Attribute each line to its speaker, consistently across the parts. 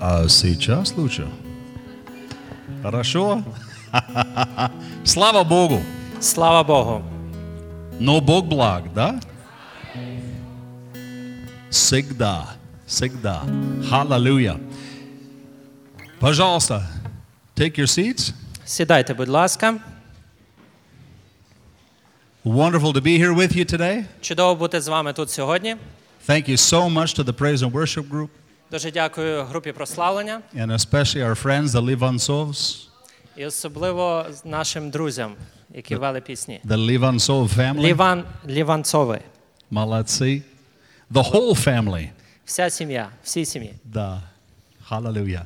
Speaker 1: А сейчас лучше? Хорошо? Слава Богу!
Speaker 2: Слава Богу.
Speaker 1: Но Бог благ, да? Всегда, всегда. Hallelujah. Пожалуйста, take your seats.
Speaker 2: Сідайте, будь ласка.
Speaker 1: Wonderful to be here with you today.
Speaker 2: Чудово бути з вами тут сьогодні.
Speaker 1: Thank you so much to the praise and worship group
Speaker 2: Дуже дякую групі прославлення
Speaker 1: and especially our friends, the Livansovs,
Speaker 2: і особливо з нашим друзям, які вели пісні.
Speaker 1: the Livansov family.
Speaker 2: Ліван Ліванцови.
Speaker 1: Молодцы. The whole family.
Speaker 2: Вся сім'я, всі сім'ї.
Speaker 1: Да. Hallelujah.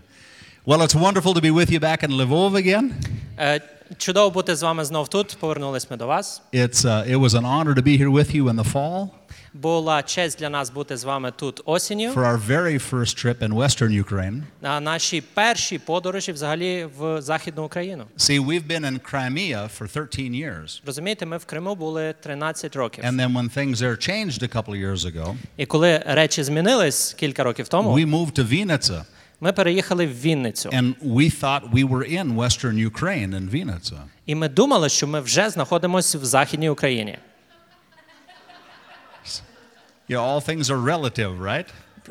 Speaker 1: Well, it's wonderful to be with you back in Lvov again.
Speaker 2: Е, чудово бути з вами знов тут. Повернулись ми до вас.
Speaker 1: It's, uh, it was an honor to be here with you in the fall
Speaker 2: Була честь для нас бути з вami тут осінню
Speaker 1: for our very first trip in Western Ukraine.
Speaker 2: на нашій першій подорожі взагалі в Західну Україну.
Speaker 1: See, we've been in Crimea for 13 years.
Speaker 2: Розумієте, ми в Криму були 13 років.
Speaker 1: And then when things there changed a couple of years ago,
Speaker 2: І коли речі змінились кілька років тому,
Speaker 1: we moved to Vinica.
Speaker 2: ми переїхали в Вінницю.
Speaker 1: And we thought we were in Western Ukraine in Vinica.
Speaker 2: І ми думали, що ми вже знаходимося в Західній Україні.
Speaker 1: You know, all things are relative, right?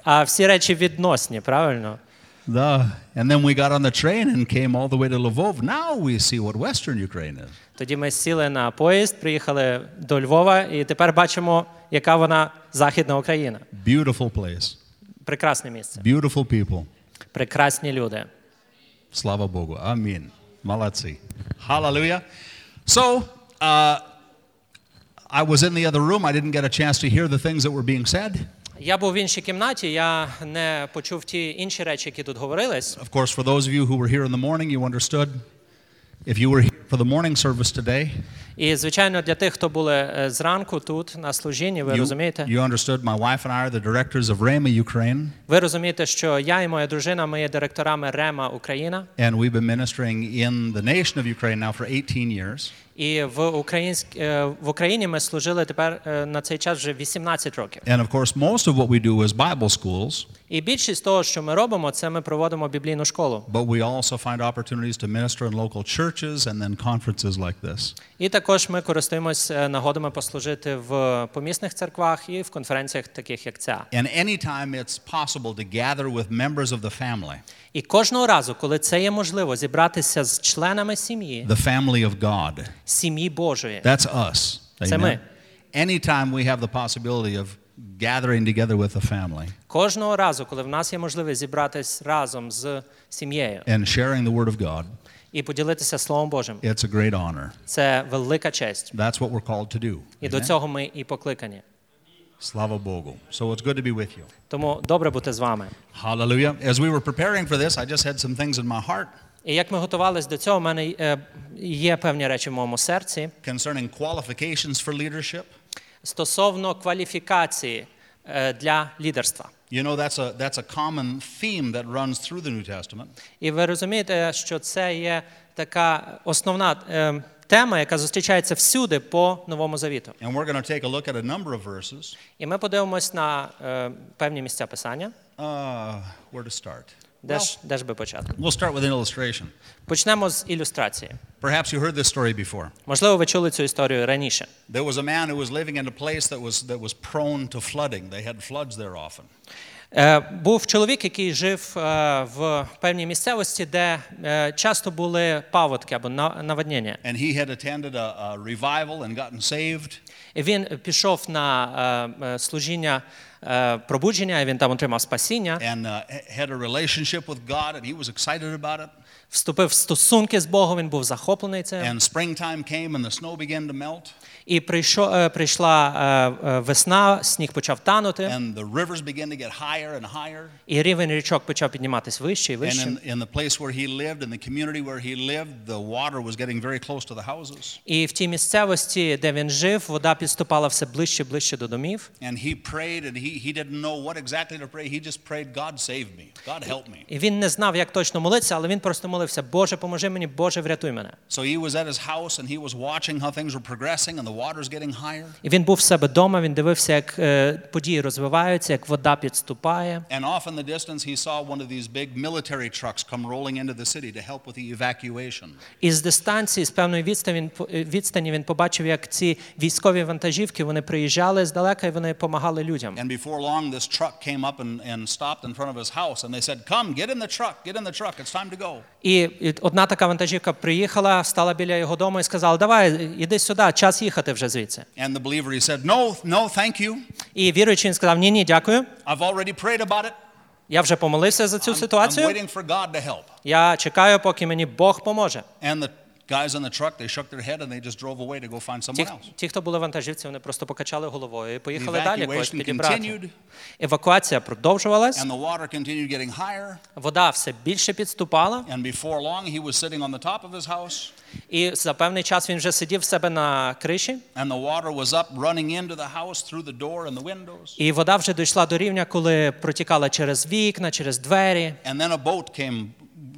Speaker 2: А всі речі відносні, правильно?
Speaker 1: Duh. And then we got on the train and came all the way to Lvov. Now we see what Western Ukraine is.
Speaker 2: Тоді ми сіли на поїзд, приїхали до Львова, і тепер бачимо, яка вона Західна Україна.
Speaker 1: Beautiful place,
Speaker 2: Прекрасне місце,
Speaker 1: beautiful people.
Speaker 2: прекрасні люди.
Speaker 1: Slava Bogu. Amen. Malazi. Hallelujah. So, uh, I was in the other room. I didn't get a chance to hear the things that were being said.
Speaker 2: Я був в іншій кімнаті, я не почув ті інші речі, які тут говорились.
Speaker 1: Of course, for those of you who were here in the morning, you understood. If you were here for the morning service today,
Speaker 2: І звичайно, для тих, хто були е, зранку тут на служінні, ви
Speaker 1: you,
Speaker 2: розумієте.
Speaker 1: you understood my wife and I are the directors of Rhema Ukraine,
Speaker 2: Ви розумієте, що я і моя дружина ми є директорами Рема Україна,
Speaker 1: and we've been ministering in the nation of Ukraine now for 18 years.
Speaker 2: і в українськ... е, в Україні ми служили тепер е, на цей час вже 18 років.
Speaker 1: And of course, most of what we do is Bible schools,
Speaker 2: І більшість того, що ми робимо, це ми проводимо біблійну школу.
Speaker 1: but we also find opportunities to minister in local churches and then conferences like this.
Speaker 2: І також ми користуємось е, нагодами послужити в помісних церквах і в конференціях, таких як ця.
Speaker 1: And anytime it's possible to gather with members of the family,
Speaker 2: І кожного разу, коли це є можливо, зібратися з членами сім'ї,
Speaker 1: the family of God,
Speaker 2: сім'ї Божої.
Speaker 1: that's us.
Speaker 2: Це ми.
Speaker 1: Anytime we have the possibility of gathering together with the family
Speaker 2: Кожного разу, коли в нас є можливість зібратись разом з сім'єю
Speaker 1: and sharing the Word of God,
Speaker 2: і поділитися Словом Божим.
Speaker 1: it's a great honor.
Speaker 2: Це велика честь.
Speaker 1: That's what we're called to do.
Speaker 2: І до цього ми і покликані.
Speaker 1: Slava Bogu. So it's good to be with you.
Speaker 2: Тому добре бути з вами.
Speaker 1: Hallelujah. As we were preparing for this, I just had some things in my heart
Speaker 2: І як ми готувалися до цього, в мене е, є певні речі в моєму серці
Speaker 1: concerning qualifications for leadership.
Speaker 2: стосовно кваліфікації е, для лідерства.
Speaker 1: You know, that's a, that's a common theme that runs through the New Testament.
Speaker 2: І ви розумієте, що це є така основна е, тема, яка зустрічається всюди по Новому Завіту.
Speaker 1: And we're going to take a look at a number of verses.
Speaker 2: І ми подивимось на е, певні місця писання.
Speaker 1: Uh, where to start?
Speaker 2: Де ж, де ж би почати?
Speaker 1: We'll start with an illustration.
Speaker 2: Почнемо з ілюстрації.
Speaker 1: Perhaps you heard this story before.
Speaker 2: Можливо, ви чули цю історію раніше.
Speaker 1: There was a man who was living in a place that was, that was prone to flooding. They had floods there often.
Speaker 2: Е, Був чоловік, який жив е, в певній місцевості, де е, часто були паводки або на- наводнення.
Speaker 1: And he had attended a, a revival and gotten saved.
Speaker 2: І Він пішов на е, е, служіння е, пробудження, і він там отримав спасіння,
Speaker 1: and uh, h- had a relationship with God, and he was excited about it.
Speaker 2: вступив в стосунки з Богом. Він був захоплений цим.
Speaker 1: And springtime came, and the snow began to melt,
Speaker 2: І прийшов, е, прийшла е, е, весна, сніг почав танути,
Speaker 1: and the rivers began to get higher and higher.
Speaker 2: і рівень річок почав підніматись вище і
Speaker 1: And
Speaker 2: вище.
Speaker 1: in, in the place where he lived, in the community where he lived, the water was getting very close to the houses.
Speaker 2: І в тій місцевості, де він жив, вода підступала все ближче, ближче до домів.
Speaker 1: And he prayed and he He, he didn't know what exactly to pray. He just prayed, God save me. God help me.
Speaker 2: І він не знав, як точно молитися, але він просто молився: Боже, поможи мені, Боже, врятуй мене.
Speaker 1: So he was at his house and he was watching how things were progressing and the water's getting higher.
Speaker 2: І він був в себе вдома, він дивився, як е, події розвиваються, як вода підступає.
Speaker 1: And off in the distance, he saw one of these big military trucks come rolling into the city to help with the evacuation.
Speaker 2: І з дистанції, з певної відстані, він по- е, відстані він побачив, як ці військові вантажівки вони приїжджали здалека і вони допомагали людям.
Speaker 1: And before long, this truck came up and, and stopped in front of his house. And they said, Come, get in the truck, get in the truck, it's time to go.
Speaker 2: І і одна така вантажівка приїхала, стала біля його дому і сказала: Давай, іди сюди, час їхати вже звідси.
Speaker 1: And the believer, he said, No, no, thank you.
Speaker 2: І віруючий він сказав: Ні, ні, дякую.
Speaker 1: I've already prayed about it.
Speaker 2: Я вже помолився за цю
Speaker 1: I'm, I'm
Speaker 2: ситуацію.
Speaker 1: waiting for God to help.
Speaker 2: Я чекаю, поки мені Бог поможе.
Speaker 1: And the guys in the truck, they shook their head and they just drove away to go find
Speaker 2: Ті,
Speaker 1: someone else.
Speaker 2: ті, хто були вантажівці, вони просто покачали головою і
Speaker 1: The
Speaker 2: поїхали далі когось
Speaker 1: evacuation
Speaker 2: підібрати.
Speaker 1: continued,
Speaker 2: Евакуація продовжувалась,
Speaker 1: and the water continued getting higher.
Speaker 2: вода все більше підступала,
Speaker 1: And before long, he was sitting on the top of his house,
Speaker 2: і за певний час він вже сидів в себе на криші,
Speaker 1: and the water was up, running into the house through the door and the windows.
Speaker 2: і вода вже дійшла до рівня, коли протікала через вікна, через двері.
Speaker 1: And then a boat came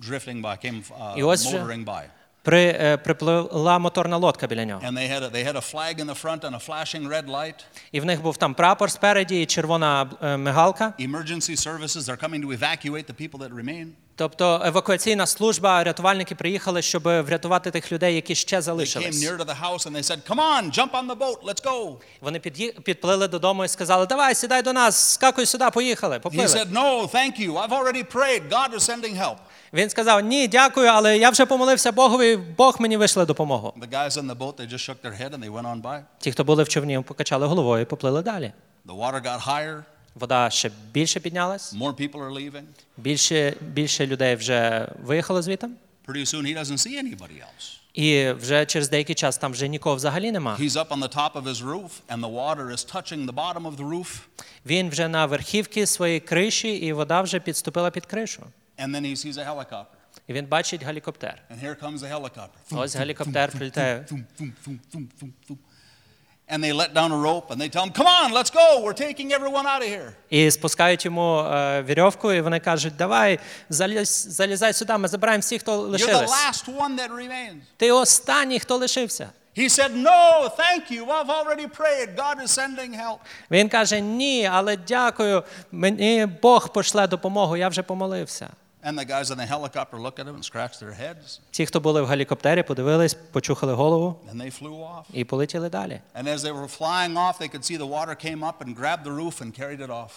Speaker 1: drifting by, came uh,
Speaker 2: It was-
Speaker 1: motoring by.
Speaker 2: При, е, припливла моторна лодка біля нього.
Speaker 1: And they had, a, they had a flag in the front and a flashing red light.
Speaker 2: І в них був там прапор спереді, і червона е, мигалка.
Speaker 1: Emergency services are coming to evacuate the people that remain.
Speaker 2: Тобто евакуаційна служба, рятувальники приїхали, щоб врятувати тих людей, які ще
Speaker 1: They came
Speaker 2: залишились.
Speaker 1: near to the house and they said, Come on, jump on the boat, let's go.
Speaker 2: Вони під'ї- підплили додому і сказали: Давай, сідай до нас, скакуй сюди, поїхали.
Speaker 1: He
Speaker 2: Поплили.
Speaker 1: said, No, thank you. I've already prayed. God is sending help.
Speaker 2: Він сказав: Ні, дякую, але я вже помолився Богові, Бог мені вийшли допомогу.
Speaker 1: The guys in the boat, they just shook their head and they went on by.
Speaker 2: Ті, хто були в човні, покачали головою і поплили далі.
Speaker 1: The water got higher.
Speaker 2: Вода ще більше піднялась,
Speaker 1: More people are leaving.
Speaker 2: більше, більше людей вже виїхало звідти.
Speaker 1: Pretty soon, he doesn't see anybody else.
Speaker 2: І вже через деякий час там вже нікого взагалі нема.
Speaker 1: He's up on the top of his roof, and the water is touching the bottom of the roof.
Speaker 2: Він вже на верхівці своєї криші, і вода вже підступила під кришу.
Speaker 1: And then he sees a helicopter.
Speaker 2: І він бачить гелікоптер.
Speaker 1: And here comes the helicopter.
Speaker 2: Ось гелікоптер прилітає.
Speaker 1: Thump, thump, thump, thump, thump, thump. And they let down a rope and they tell him, Come on, let's go. We're taking everyone out of here.
Speaker 2: І спускають йому е, вірьовку, і вони кажуть: Давай, залізь, залізай сюди, ми забираємо всіх, хто
Speaker 1: You're the
Speaker 2: лишились.
Speaker 1: last one that remains.
Speaker 2: Ти останній, хто лишився.
Speaker 1: He said, No, thank you. I've already prayed. God is sending help.
Speaker 2: Він каже: Ні, але дякую. Мені Бог пошле допомогу, я вже помолився.
Speaker 1: And the guys in the helicopter look at him and scratch their heads,
Speaker 2: Ті, хто були в гелікоптері, подивились, почухали голову
Speaker 1: and they flew off.
Speaker 2: і полетіли далі.
Speaker 1: And as they were flying off, they could see the water came up and grabbed the roof and carried it off.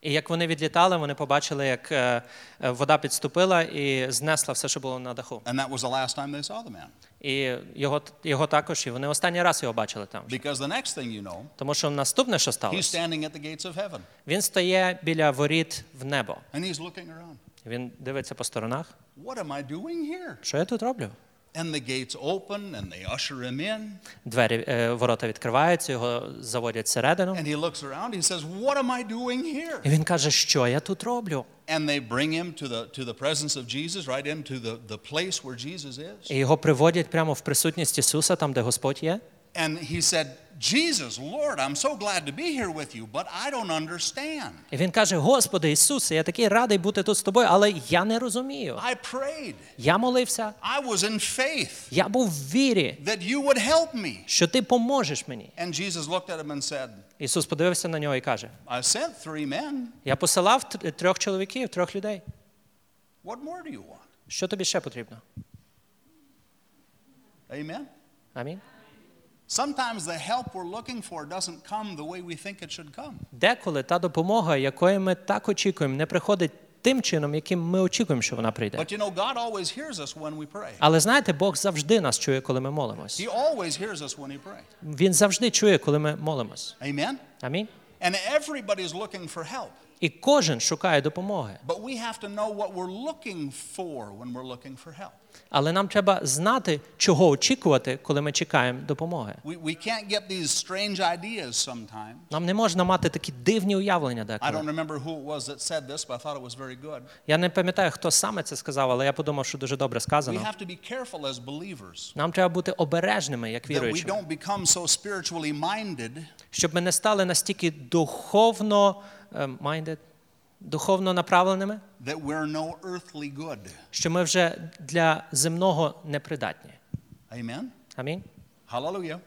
Speaker 2: І як вони відлітали, вони побачили, як е, е, вода підступила і знесла все, що було на даху.
Speaker 1: And that was the last time they saw the man.
Speaker 2: І його, його також, і вони останній раз його бачили там.
Speaker 1: Because the next thing you know,
Speaker 2: Тому що наступне, що
Speaker 1: he's
Speaker 2: сталося,
Speaker 1: standing at the gates of heaven
Speaker 2: він стає біля воріт в небо.
Speaker 1: and he's looking around.
Speaker 2: Він дивиться по сторонах.
Speaker 1: What am I doing here?
Speaker 2: Що я тут роблю?
Speaker 1: And the gates open and they usher him in.
Speaker 2: Двері е, ворота відкриваються, його заводять всередину.
Speaker 1: And he looks around. He says, What am I doing here?
Speaker 2: І він каже, що я тут роблю?
Speaker 1: And they bring him to the, to the presence of Jesus, right into the, the place where Jesus is.
Speaker 2: І його приводять прямо в присутність Ісуса, там, де Господь є.
Speaker 1: And he said, Jesus, Lord, I'm so glad to be here with you, but I don't understand.
Speaker 2: І він каже: Господи Ісусе, я такий радий бути тут з тобою, але я не розумію.
Speaker 1: I prayed.
Speaker 2: Я молився,
Speaker 1: I was in faith
Speaker 2: я був в вірі,
Speaker 1: that you would help me.
Speaker 2: що ти поможеш мені.
Speaker 1: And Jesus looked at him and said,
Speaker 2: Ісус подивився на нього і каже:
Speaker 1: I sent three men.
Speaker 2: Я посилав тр- трьох чоловіків, трьох людей.
Speaker 1: What more do you want?
Speaker 2: Що тобі ще потрібно?
Speaker 1: Amen.
Speaker 2: Амінь.
Speaker 1: Sometimes the help we're looking for doesn't come the way we think it should come.
Speaker 2: Деколи та допомога, якої ми так очікуємо, не приходить тим чином, яким ми очікуємо, що вона прийде.
Speaker 1: But you know, God always hears us when we pray.
Speaker 2: Але знаєте, Бог завжди нас чує, коли ми молимось.
Speaker 1: He always hears us when we pray.
Speaker 2: Він завжди чує, коли ми молимось.
Speaker 1: Amen.
Speaker 2: Амінь.
Speaker 1: And everybody's looking for help,
Speaker 2: І кожен шукає допомоги.
Speaker 1: but we have to know what we're looking for when we're looking for help.
Speaker 2: Але нам треба знати, чого очікувати, коли ми чекаємо допомоги.
Speaker 1: We, we can't get these strange ideas sometimes.
Speaker 2: Нам не можна мати такі дивні уявлення
Speaker 1: I don't
Speaker 2: деколи.
Speaker 1: remember who it was that said this, but I thought it was very good.
Speaker 2: Я не пам'ятаю, хто саме це сказав, але я подумав, що дуже добре
Speaker 1: We
Speaker 2: сказано.
Speaker 1: have to be careful as believers
Speaker 2: Нам треба бути обережними, як
Speaker 1: that we
Speaker 2: віруючими,
Speaker 1: don't become so spiritually minded
Speaker 2: щоб ми не стали настільки духовно е, minded, духовно направленими,
Speaker 1: that we're no earthly good.
Speaker 2: що ми вже для земного непридатні.
Speaker 1: Amen?
Speaker 2: Амінь.
Speaker 1: Hallelujah.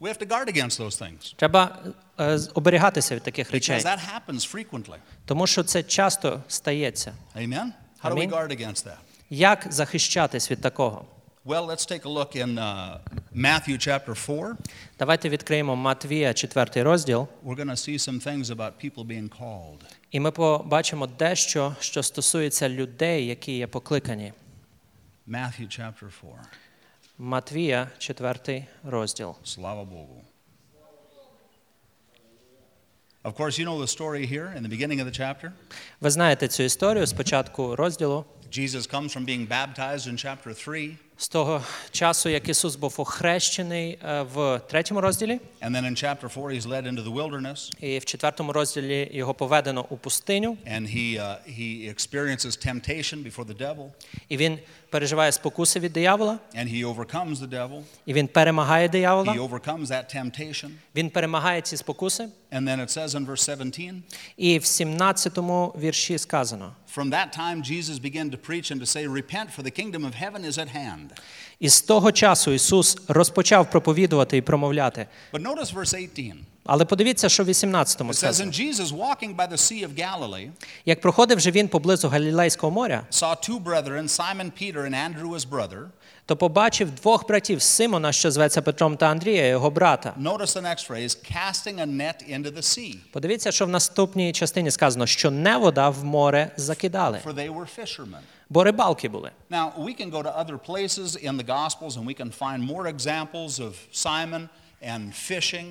Speaker 1: We have to guard against those things
Speaker 2: Треба е, з- оберігатися від таких
Speaker 1: because
Speaker 2: речей,
Speaker 1: that happens frequently.
Speaker 2: тому що це часто стається.
Speaker 1: Amen? How do we
Speaker 2: Amen.
Speaker 1: guard against that?
Speaker 2: Як захищатись від такого?
Speaker 1: Well, let's take a look in uh, Matthew chapter 4.
Speaker 2: Давайте відкриємо Матвія, 4 розділ,
Speaker 1: We're going to see some things about people being called.
Speaker 2: і ми побачимо дещо, що стосується людей, які є покликані.
Speaker 1: Matthew chapter 4.
Speaker 2: Матвія, 4 розділ.
Speaker 1: Slava Bogu. Of course, you know the story here in the beginning of the chapter.
Speaker 2: Ви знаєте цю історію з початку розділу.
Speaker 1: Jesus comes from being baptized in chapter 3,
Speaker 2: З того часу, як Ісус був охрещений е, в третьому розділі,
Speaker 1: and then in chapter 4, he's led into the wilderness,
Speaker 2: і в четвертому розділі його поведено у пустиню,
Speaker 1: and he, uh, he experiences temptation before the devil,
Speaker 2: і він переживає спокуси від диявола,
Speaker 1: and he overcomes the devil.
Speaker 2: і він перемагає
Speaker 1: He
Speaker 2: диявола,
Speaker 1: overcomes that temptation.
Speaker 2: він перемагає ці спокуси.
Speaker 1: And then it says in verse 17,
Speaker 2: І в 17-му вірші сказано:
Speaker 1: From that time, Jesus began to preach and to say, Repent, for the kingdom of heaven is at hand.
Speaker 2: І з того часу Ісус розпочав проповідувати і промовляти.
Speaker 1: But notice verse 18.
Speaker 2: Але подивіться, що в 18-му
Speaker 1: It says,
Speaker 2: сказано.
Speaker 1: And Jesus, walking by the Sea of Galilee,
Speaker 2: Як проходив же він поблизу Галілейського моря,
Speaker 1: saw two brethren, Simon Peter and Andrew his brother.
Speaker 2: то побачив двох братів Симона, що зветься Петром та Андрія, його брата.
Speaker 1: Notice the next phrase casting a net into the sea,
Speaker 2: Подивіться, що в наступній частині сказано, що не вода в море закидали,
Speaker 1: for they were fishermen.
Speaker 2: бо рибалки були.
Speaker 1: Now, we can go to other places in the Gospels and we can find more examples of Simon and fishing.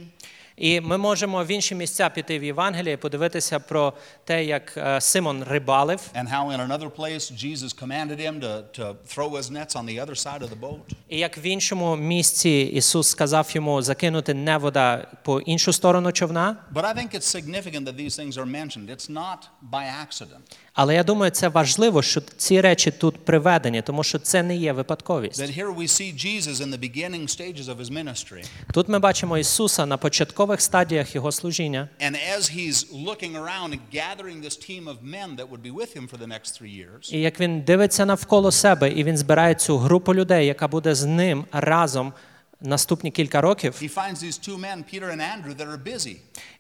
Speaker 2: І ми можемо в інші місця піти в Євангелії, і подивитися про те, як е, Симон рибалив,
Speaker 1: And how in another place Jesus commanded him to, to throw his nets on the other side of the boat.
Speaker 2: і як в іншому місці Ісус сказав йому закинути не вода по іншу сторону човна.
Speaker 1: But I think it's significant that these things are mentioned. It's not by accident
Speaker 2: Але я думаю, це важливо, що ці речі тут приведені, тому що це не є випадковість.
Speaker 1: that here we see Jesus in the beginning stages of his ministry.
Speaker 2: Тут ми бачимо Ісуса на початкових стадіях Його служіння.
Speaker 1: And as he's looking around and gathering this team of men that would be with him for the next three years,
Speaker 2: І як він дивиться навколо себе, і він збирає цю групу людей, яка буде з ним разом наступні кілька років,
Speaker 1: he finds these two men, Peter and Andrew, that are busy.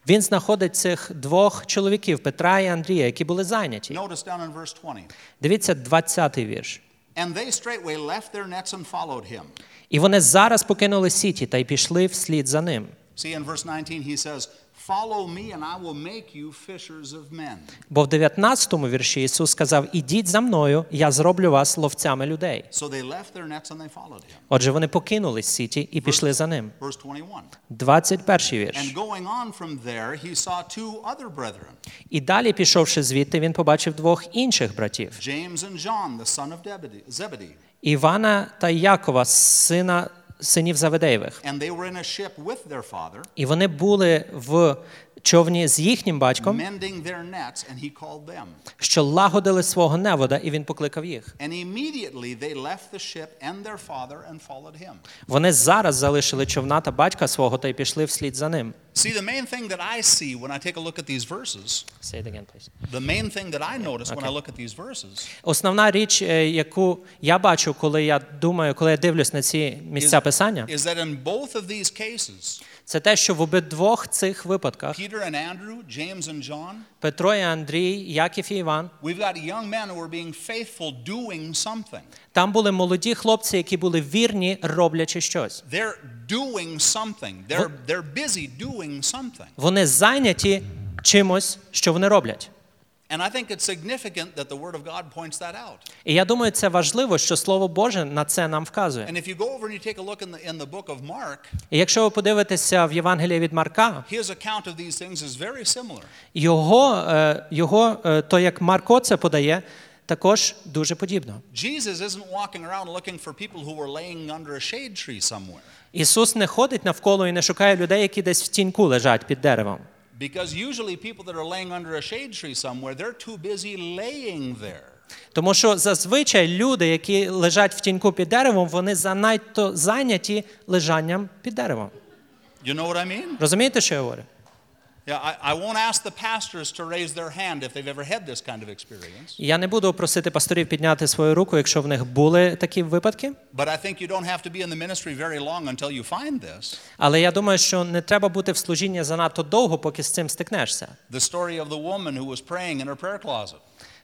Speaker 2: він знаходить цих двох чоловіків Петра і Андрія, які були зайняті.
Speaker 1: Notice down in verse 20.
Speaker 2: Дивіться 20-й вірш.
Speaker 1: And they straightway left their nets and followed him.
Speaker 2: І вони зараз покинули сіті та й пішли вслід за ним.
Speaker 1: See, in verse 19, he says, Follow me, and I will make you fishers of men.
Speaker 2: Бо в 19-му вірші Ісус сказав: Ідіть за мною, я зроблю вас ловцями людей.
Speaker 1: So they left their nets and they followed him.
Speaker 2: Отже, вони покинули сіті і пішли за ним.
Speaker 1: Verse 21.
Speaker 2: 21-й вірш.
Speaker 1: And going on from there, he saw two other brethren,
Speaker 2: І далі, пішовши звідти, він побачив двох інших братів.
Speaker 1: James and John, the son of Zebedee- Zebedee.
Speaker 2: Івана та Якова, сина синів Заведеєвих.
Speaker 1: And they were in a ship with their father,
Speaker 2: І вони були в човні з їхнім батьком,
Speaker 1: mending their nets, and he called them.
Speaker 2: що лагодили свого невода, і він покликав їх.
Speaker 1: And immediately they left the ship and their father and followed him.
Speaker 2: Вони зараз залишили човна та батька свого та й пішли вслід за ним.
Speaker 1: See, the main thing that I see when I take a look at these verses,
Speaker 2: Say it again, please.
Speaker 1: the main thing that I notice when I
Speaker 2: Okay.
Speaker 1: look at these verses
Speaker 2: Основна річ, е, яку я бачу, коли я думаю, коли я дивлюсь на ці
Speaker 1: is,
Speaker 2: місця писання,
Speaker 1: is that in both of these cases,
Speaker 2: це те, що в обидвох цих випадках
Speaker 1: Peter and Andrew, James and John,
Speaker 2: Петро і Андрій, Яків і Іван,
Speaker 1: we've got young men who are being faithful doing something.
Speaker 2: там були молоді хлопці, які були вірні, роблячи щось.
Speaker 1: They're doing something. They're, they're busy doing something.
Speaker 2: Вони зайняті чимось, що вони роблять.
Speaker 1: And I think it's significant that the Word of God points that out.
Speaker 2: І я думаю, це важливо, що Слово Боже на це нам вказує.
Speaker 1: And if you go over and you take a look in the, in the book of Mark,
Speaker 2: І якщо ви подивитеся в Євангелії від Марка,
Speaker 1: his account of these things is very similar.
Speaker 2: його, е, його е, то як Марко це подає, також дуже подібно.
Speaker 1: Jesus isn't walking around looking for people who were laying under a shade tree somewhere.
Speaker 2: Ісус не ходить навколо і не шукає людей, які десь в тіньку лежать під деревом.
Speaker 1: Because usually people that are laying under a shade tree somewhere, they're too busy laying there.
Speaker 2: Тому що зазвичай люди, які лежать в тіньку під деревом, вони занадто зайняті лежанням під деревом.
Speaker 1: You know what I mean?
Speaker 2: Розумієте, що я говорю?
Speaker 1: Yeah, I, I won't ask the pastors to raise their hand if they've ever had this kind of experience,
Speaker 2: І Я не буду просити пасторів підняти свою руку, якщо в них були такі випадки.
Speaker 1: but I think you don't have to be in the ministry very long until you find this.
Speaker 2: Але я думаю, що не треба бути в служінні занадто довго, поки з цим стикнешся.
Speaker 1: The story of the woman who was praying in her prayer closet.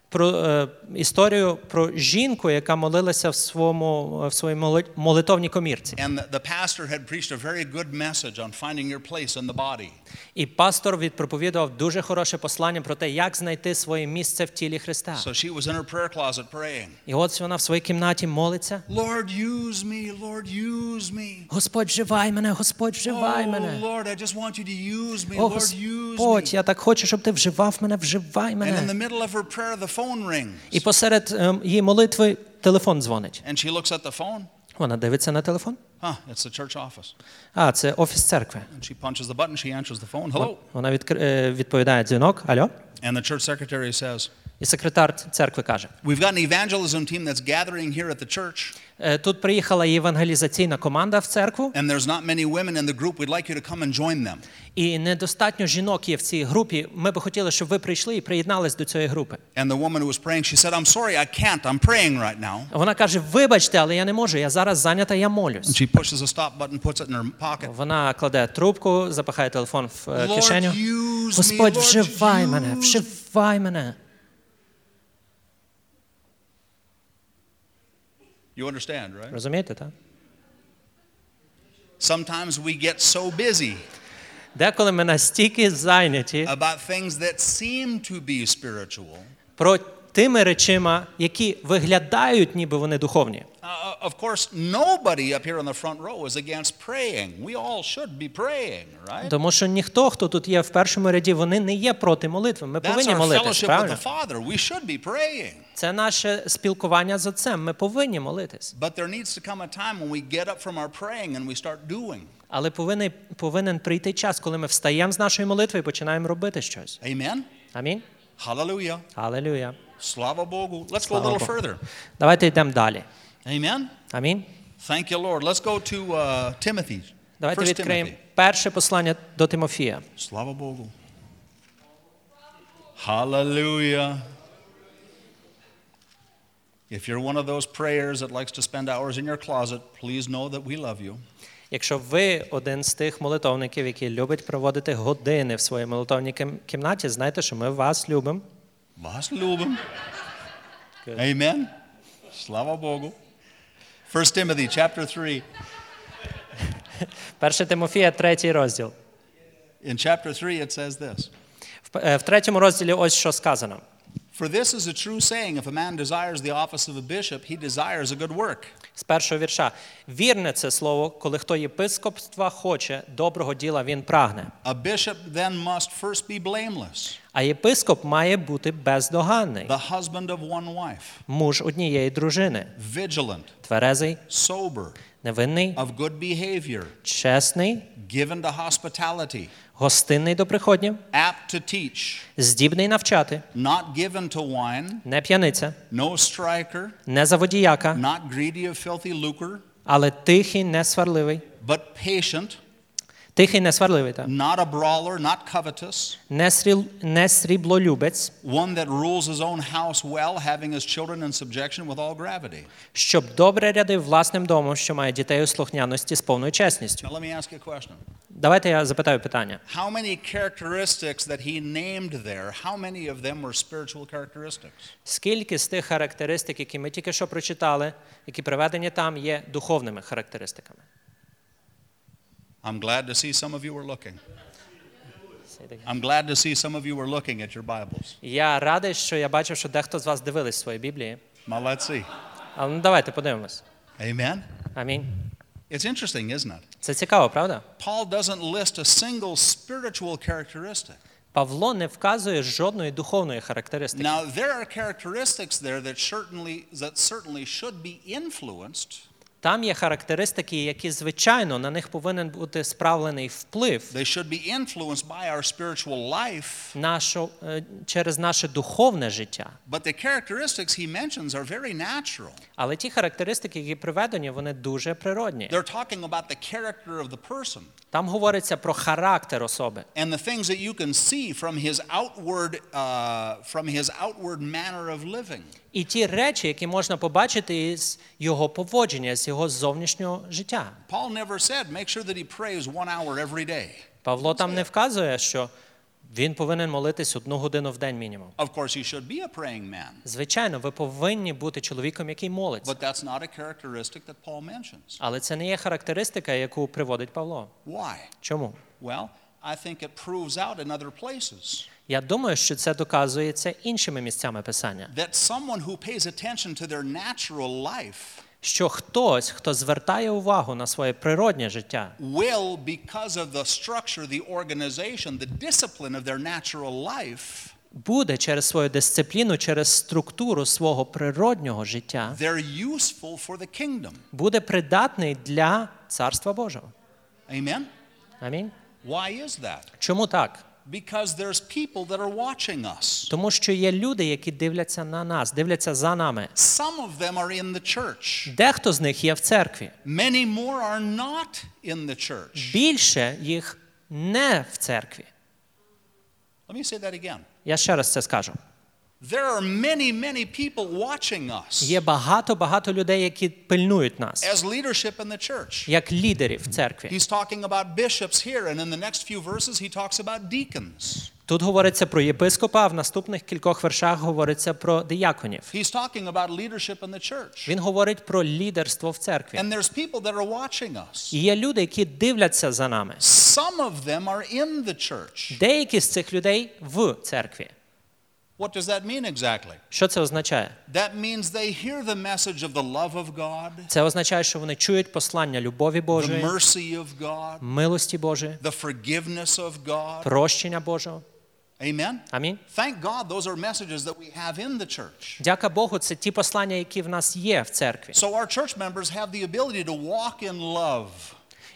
Speaker 2: Про е, історію про жінку, яка молилася в своєму в своїй моли- молитовній комірці,
Speaker 1: And the, the pastor had preached a very good message on finding your place in the body.
Speaker 2: і пастор відпроповідував дуже хороше послання про те, як знайти своє місце в тілі Христа.
Speaker 1: So she was in her prayer closet praying,
Speaker 2: І от вона в своїй кімнаті молиться.
Speaker 1: Lord, use me, Lord, use me.
Speaker 2: Господь, вживай мене, Господь, вживай
Speaker 1: Oh,
Speaker 2: мене.
Speaker 1: Lord, I just want you to use me,
Speaker 2: О,
Speaker 1: Lord, use
Speaker 2: Господь,
Speaker 1: me.
Speaker 2: я так хочу, щоб ти вживав мене, вживай
Speaker 1: And in the
Speaker 2: мене.
Speaker 1: middle of her prayer, the phone rings.
Speaker 2: І посеред ем, її молитви телефон дзвонить.
Speaker 1: And she looks at the phone.
Speaker 2: Вона дивиться на телефон.
Speaker 1: Huh, it's the church office.
Speaker 2: А, це офіс церкви.
Speaker 1: And she punches the button, she answers the phone. Hello.
Speaker 2: Вона відкр- е, відповідає дзвінок. Алло.
Speaker 1: And the church secretary says,
Speaker 2: І секретар церкви каже:
Speaker 1: We've got an evangelism team that's gathering here at the church,
Speaker 2: «Е, тут приїхала євангелізаційна команда в церкву,
Speaker 1: and there's not many women in the group. We'd like you to come and join them.
Speaker 2: і недостатньо жінок є в цій групі. Ми би хотіли, щоб ви прийшли і приєднались до цієї групи.
Speaker 1: And the woman who was praying, she said, I'm sorry, I can't. I'm praying right now.
Speaker 2: Вона каже: Вибачте, але я не можу. Я зараз зайнята, я
Speaker 1: And
Speaker 2: молюсь.
Speaker 1: she pushes a stop button, puts it in her pocket.
Speaker 2: Вона кладе трубку, запахає телефон в е,
Speaker 1: Lord,
Speaker 2: кишеню.
Speaker 1: use me.
Speaker 2: Господь,
Speaker 1: Lord,
Speaker 2: вживай мене,
Speaker 1: use me."
Speaker 2: вживай мене.
Speaker 1: You understand, right?
Speaker 2: Розумієте, так?
Speaker 1: Sometimes we get so busy
Speaker 2: Деколи ми настільки зайняті
Speaker 1: about things that seem to be spiritual.
Speaker 2: про тими речима, які виглядають, ніби вони духовні.
Speaker 1: Uh, of course, nobody up here in the front row is against praying. We all should be praying, right?
Speaker 2: Тому що ніхто, хто тут є в першому ряді, вони не є проти молитви. Ми
Speaker 1: That's
Speaker 2: повинні
Speaker 1: our
Speaker 2: молитись,
Speaker 1: fellowship with the
Speaker 2: правильно?
Speaker 1: Father. We should be praying.
Speaker 2: Це наше спілкування з отцем. Ми повинні молитись,
Speaker 1: But there needs to come a time when we get up from our praying and we start doing.
Speaker 2: але повинен, повинен прийти час, коли ми встаємо з нашої молитви і починаємо робити щось.
Speaker 1: Amen?
Speaker 2: Амінь.
Speaker 1: Hallelujah.
Speaker 2: Алелюя.
Speaker 1: Slava Bogu. Let's go a
Speaker 2: Slava
Speaker 1: little
Speaker 2: Bogu.
Speaker 1: further.
Speaker 2: Давайте йдемо далі.
Speaker 1: Amen?
Speaker 2: Амінь.
Speaker 1: Thank you, Lord. Let's go to uh, Timothy.
Speaker 2: Давайте
Speaker 1: First
Speaker 2: відкриємо
Speaker 1: Timothy.
Speaker 2: перше послання до Тимофія.
Speaker 1: Slava Bogu. Hallelujah. If you're one of those prayers that likes to spend hours in your closet, please know that we love you.
Speaker 2: Якщо ви один з тих молитовників, які любить проводити години в своїй молитовній кім- кімнаті, знайте, що ми вас любимо.
Speaker 1: Вас любим. Amen. Slava Bogu. First Timothy chapter 3.
Speaker 2: 1 Тимофія, третій розділ.
Speaker 1: In chapter 3 it says this.
Speaker 2: В, е, в третьому розділі ось що сказано.
Speaker 1: For this is a true saying if a man desires the office of a bishop, he desires a good work.
Speaker 2: З першого вірша. Вірне це слово, коли хто єпископства хоче, доброго діла він прагне.
Speaker 1: A bishop then must first be blameless,
Speaker 2: А єпископ має бути бездоганний,
Speaker 1: the husband of one wife,
Speaker 2: муж однієї дружини,
Speaker 1: vigilant,
Speaker 2: тверезий,
Speaker 1: sober,
Speaker 2: невинний,
Speaker 1: of good behavior,
Speaker 2: чесний,
Speaker 1: given to hospitality,
Speaker 2: гостинний до приходнів,
Speaker 1: apt to teach,
Speaker 2: здібний навчати,
Speaker 1: not given to wine,
Speaker 2: не п'яниця,
Speaker 1: no striker,
Speaker 2: не заводіяка,
Speaker 1: not greedy of filthy lucre,
Speaker 2: але тихий, не сварливий.
Speaker 1: but patient,
Speaker 2: Тихий, не сварливий, так.
Speaker 1: not a brawler, not covetous,
Speaker 2: Не, сріл... не сріблолюбець,
Speaker 1: one that rules his own house well, having his children in subjection with all gravity.
Speaker 2: щоб добре рядив власним домом, що має дітей у слухняності з повною чесністю.
Speaker 1: Now, let me ask you a question.
Speaker 2: Давайте я запитаю питання.
Speaker 1: How many characteristics that he named there, how many of them were spiritual characteristics?
Speaker 2: Скільки з тих характеристик, які ми тільки що прочитали, які приведені там, є духовними характеристиками?
Speaker 1: I'm glad to see some of you were looking. I'm glad to see some of you were looking at your Bibles.
Speaker 2: Я радий, що я бачив, що дехто з вас дивились свої Біблії.
Speaker 1: Malazi.
Speaker 2: Але ну давайте подивимось.
Speaker 1: Amen.
Speaker 2: Амінь.
Speaker 1: It's interesting, isn't it?
Speaker 2: Це цікаво, правда?
Speaker 1: Paul doesn't list a single spiritual characteristic.
Speaker 2: Павло не вказує жодної духовної характеристики.
Speaker 1: Now, there are characteristics there that certainly that certainly should be influenced
Speaker 2: Там є характеристики, які, звичайно, на них повинен бути справлений вплив
Speaker 1: They should be influenced by our spiritual life,
Speaker 2: нашу, е, через наше духовне життя.
Speaker 1: but the characteristics he mentions are very natural.
Speaker 2: Але ті характеристики, які приведені, вони дуже природні.
Speaker 1: They're talking about the character of the person
Speaker 2: Там говориться про характер особи.
Speaker 1: and the things that you can see from his outward, uh, from his outward manner of living.
Speaker 2: І ті речі, які можна побачити із його поводження, з його зовнішнього життя.
Speaker 1: Paul never said, make sure that he prays one hour every day.
Speaker 2: Павло там не вказує, що він повинен молитись одну годину в день мінімум.
Speaker 1: Of course, you should be a praying man,
Speaker 2: Звичайно, ви повинні бути чоловіком, який молиться.
Speaker 1: but that's not a characteristic that Paul mentions.
Speaker 2: Але це не є характеристика, яку приводить Павло.
Speaker 1: Why?
Speaker 2: Чому?
Speaker 1: Well, I think it proves out in other places
Speaker 2: Я думаю, що це доказується іншими місцями писання,
Speaker 1: that someone who pays attention to their natural life
Speaker 2: що хтось, хто звертає увагу на своє природнє життя,
Speaker 1: will, because of the structure, the organization, the discipline of their natural life,
Speaker 2: буде через свою дисципліну, через структуру свого природнього життя,
Speaker 1: they're useful for the kingdom.
Speaker 2: буде придатний для царства Божого.
Speaker 1: Amen?
Speaker 2: Амінь.
Speaker 1: Why is that?
Speaker 2: Чому так?
Speaker 1: Because there's people that are watching us.
Speaker 2: Тому що є люди, які дивляться на нас, дивляться за нами.
Speaker 1: Some of them are in the church.
Speaker 2: Дехто з них є в церкві,
Speaker 1: Many more are not in the church.
Speaker 2: більше їх не в церкві.
Speaker 1: Let me say that again.
Speaker 2: Я ще раз це скажу.
Speaker 1: There are many, many people watching us
Speaker 2: Є багато багато людей, які пильнують нас
Speaker 1: as leadership in the church.
Speaker 2: як лідерів в церкві.
Speaker 1: He's talking about bishops here, and in the next few verses, he talks about deacons.
Speaker 2: Тут говориться про єпископа, а в наступних кількох вершах говориться про дияконів.
Speaker 1: He's talking about leadership in the church.
Speaker 2: Він говорить про лідерство в церкві.
Speaker 1: And there's people that are watching us.
Speaker 2: І є люди, які дивляться за нами.
Speaker 1: Some of them are in the church.
Speaker 2: Деякі з цих людей в церкві.
Speaker 1: What does that mean exactly?
Speaker 2: Що це означає?
Speaker 1: That means they hear the message of the love of God,
Speaker 2: Це означає, що вони чують послання любові
Speaker 1: the
Speaker 2: Божої,
Speaker 1: mercy of God,
Speaker 2: милості Божої,
Speaker 1: the forgiveness of God.
Speaker 2: прощення Божого.
Speaker 1: Amen?
Speaker 2: Амінь.
Speaker 1: Thank God those are messages that we have in the church.
Speaker 2: Дяка Богу, це ті послання, які в нас є в церкві.
Speaker 1: So our church members have the ability to walk in love,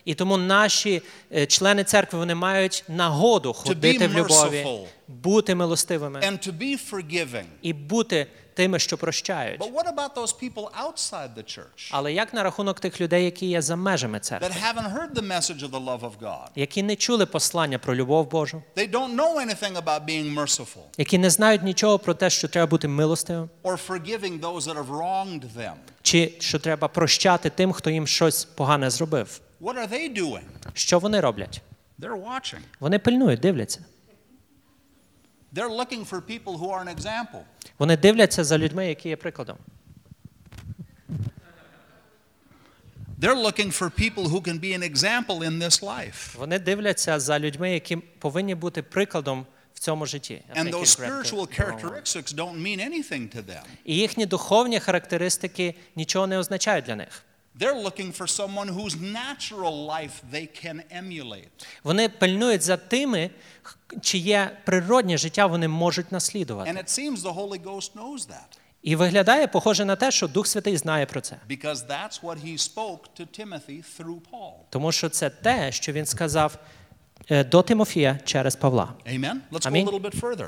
Speaker 2: І тому наші е, члени церкви вони мають нагоду ходити в
Speaker 1: merciful.
Speaker 2: любові, бути милостивими
Speaker 1: and to be forgiving.
Speaker 2: і бути тими, що прощають.
Speaker 1: But what about those people outside the church
Speaker 2: Але як на рахунок тих людей, які є за межами церкви,
Speaker 1: that haven't heard the message of the love of God?
Speaker 2: які не чули послання про любов Божу,
Speaker 1: They don't know anything about being merciful
Speaker 2: які не знають нічого про те, що треба бути милостивим,
Speaker 1: or forgiving those that have wronged them.
Speaker 2: чи що треба прощати тим, хто їм щось погане зробив?
Speaker 1: What are they doing?
Speaker 2: Що вони роблять?
Speaker 1: They're watching.
Speaker 2: Вони пильнують, дивляться.
Speaker 1: They're looking for people who are an example.
Speaker 2: Вони дивляться за людьми, які є прикладом.
Speaker 1: They're looking for people who can be an example in this life.
Speaker 2: Вони дивляться за людьми, які повинні бути прикладом в цьому житті. I
Speaker 1: And
Speaker 2: think
Speaker 1: those
Speaker 2: is correct
Speaker 1: spiritual
Speaker 2: to-
Speaker 1: characteristics don't mean anything to them.
Speaker 2: І їхні духовні характеристики нічого не означають для них.
Speaker 1: They're looking for someone whose natural life they can emulate.
Speaker 2: Вони пильнують за тими, х- чиє природнє життя вони можуть наслідувати.
Speaker 1: And it seems the Holy Ghost knows that
Speaker 2: І виглядає похоже на те, що Дух Святий знає про це.
Speaker 1: because that's what he spoke to Timothy through Paul.
Speaker 2: Тому що це те, що він сказав е, до Тимофія через Павла.
Speaker 1: Amen? Let's go a
Speaker 2: Amen.
Speaker 1: little bit further.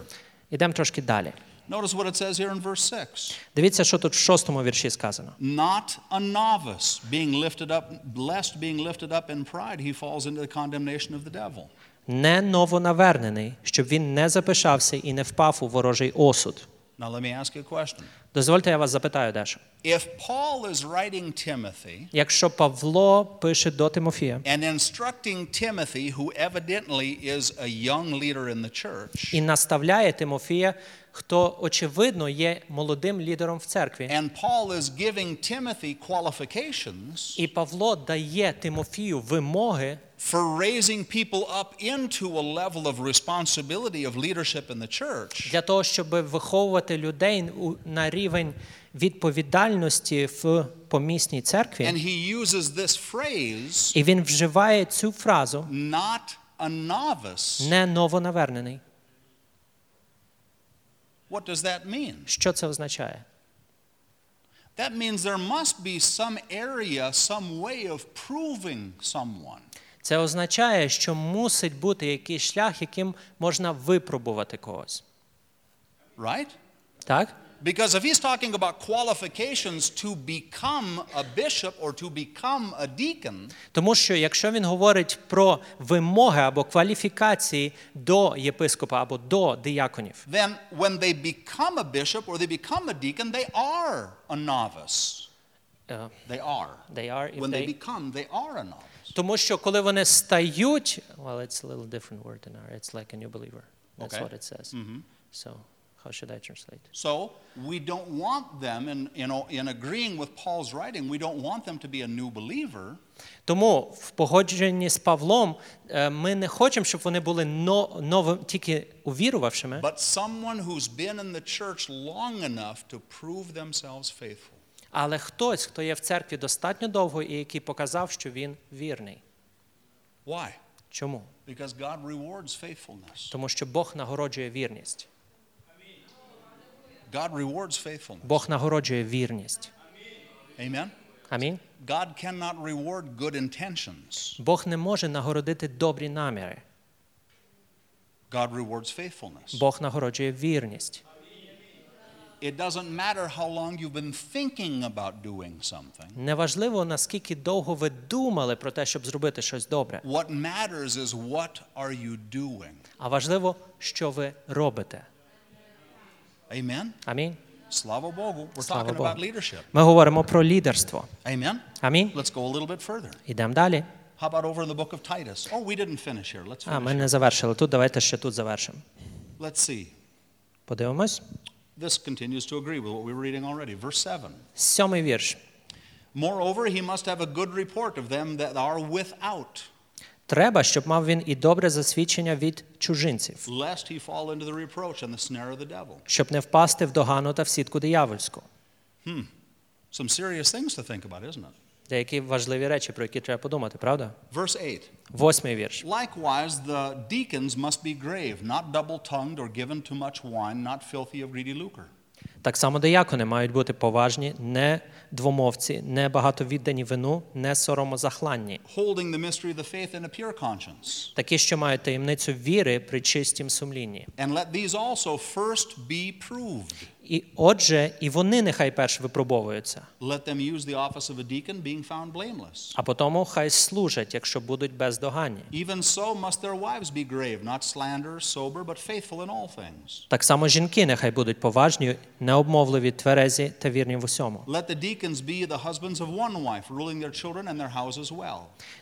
Speaker 2: Ідемо трошки далі.
Speaker 1: Notice what it says here in verse 6.
Speaker 2: Дивіться, що тут в шостому вірші сказано.
Speaker 1: Not a novice being lifted up, blessed being lifted up in pride, he falls into the condemnation of the devil.
Speaker 2: Не новонавернений, щоб він не запишався і не впав у ворожий осуд.
Speaker 1: Now, let me ask you a question.
Speaker 2: Дозвольте, я вас запитаю, Деша.
Speaker 1: If Paul is writing Timothy
Speaker 2: Якщо Павло пише до Тимофія
Speaker 1: and instructing Timothy, who evidently is a young leader in the church,
Speaker 2: і наставляє Тимофія, хто очевидно є молодим лідером в церкві,
Speaker 1: and Paul is giving Timothy qualifications
Speaker 2: і Павло дає Тимофію вимоги
Speaker 1: for raising people up into a level of responsibility of leadership in the church,
Speaker 2: для того, щоб виховувати людей у- на рівень відповідальності в помісній
Speaker 1: and
Speaker 2: церкві.
Speaker 1: he uses this phrase,
Speaker 2: І він вживає цю фразу
Speaker 1: not a novice.
Speaker 2: не новонавернений.
Speaker 1: What does that mean?
Speaker 2: Що це означає?
Speaker 1: That means there must be some area, some way of proving someone.
Speaker 2: Це означає, що мусить бути якийсь шлях, яким можна випробувати когось.
Speaker 1: right?
Speaker 2: Так?
Speaker 1: Because if he's talking about qualifications to become a bishop or to become a deacon,
Speaker 2: Тому що якщо він говорить про вимоги або кваліфікації до єпископа або до дияконів,
Speaker 1: then when they become a bishop or they become a deacon, they are a novice.
Speaker 2: е,
Speaker 1: They are.
Speaker 2: they are, if
Speaker 1: When they
Speaker 2: they-
Speaker 1: become, they are a novice.
Speaker 2: Тому що коли вони стають, well, it's a little different word than our, it's like a new believer. That's
Speaker 1: Okay.
Speaker 2: what it says. So, how should I translate?
Speaker 1: So we don't want them, in, you know, in agreeing with Paul's writing, we don't want them to be a new believer.
Speaker 2: Тому в погодженні з Павлом е, ми не хочемо, щоб вони були но, новим, тільки увірувавшими,
Speaker 1: But someone who's been in the church long enough to prove themselves faithful.
Speaker 2: але хтось, хто є в церкві достатньо довго і який показав, що він вірний.
Speaker 1: Why?
Speaker 2: Чому?
Speaker 1: Because God rewards faithfulness.
Speaker 2: Тому що Бог нагороджує вірність.
Speaker 1: God rewards faithfulness.
Speaker 2: Бог нагороджує вірність.
Speaker 1: Amen?
Speaker 2: Амінь.
Speaker 1: God cannot reward good intentions.
Speaker 2: Бог не може нагородити добрі наміри.
Speaker 1: God rewards faithfulness.
Speaker 2: Бог нагороджує вірність.
Speaker 1: It doesn't matter how long you've been thinking about doing something.
Speaker 2: Неважливо, наскільки довго ви думали про те, щоб зробити щось добре,
Speaker 1: What matters is what are you doing?
Speaker 2: а важливо, що ви робите.
Speaker 1: Amen?
Speaker 2: Amén.
Speaker 1: Slava Bogu. We're
Speaker 2: Слава
Speaker 1: talking
Speaker 2: Богу.
Speaker 1: about leadership.
Speaker 2: Ми говоримо про лідерство.
Speaker 1: Amen?
Speaker 2: Амінь.
Speaker 1: Let's go a little bit further.
Speaker 2: Ідемо далі.
Speaker 1: How about over in the book of Titus? Oh, we didn't finish here. Let's
Speaker 2: А,
Speaker 1: finish.
Speaker 2: ми не завершили тут. Давайте ще тут завершимо.
Speaker 1: Let's see.
Speaker 2: Подивимось.
Speaker 1: This continues to agree with what we were reading already. Verse 7.
Speaker 2: Сьомий вірш.
Speaker 1: Moreover, he must have a good report of them that are without,
Speaker 2: Треба, щоб мав він і добре засвідчення від чужинців,
Speaker 1: lest he fall into the reproach and the snare of the devil.
Speaker 2: щоб не впасти в догану та в сітку диявольську.
Speaker 1: Some serious things to think about, isn't it?
Speaker 2: Деякі важливі речі, про які треба подумати, правда?
Speaker 1: Verse 8
Speaker 2: Восьмий вірш.
Speaker 1: Likewise, the deacons must be grave, not double tongued or given to much wine, not filthy of greedy lucre.
Speaker 2: Так само деякони мають бути поважні, не двомовці, не багатовіддані вину, не соромозахланні,
Speaker 1: Holding the mystery of the faith in a pure conscience.
Speaker 2: такі, що мають таємницю віри при чистім сумлінні.
Speaker 1: And let these also first be proved.
Speaker 2: І отже, і вони нехай перш випробовуються,
Speaker 1: Let them use the office of a deacon, being found blameless.
Speaker 2: а потому хай служать, якщо будуть бездоганні.
Speaker 1: Even so must their wives be grave, not slanderers, sober, but faithful in all things.
Speaker 2: Так само жінки нехай будуть поважні, необмовливі, тверезі та вірні в усьому.
Speaker 1: Let the deacons be the husbands of one wife, ruling their children and their houses well.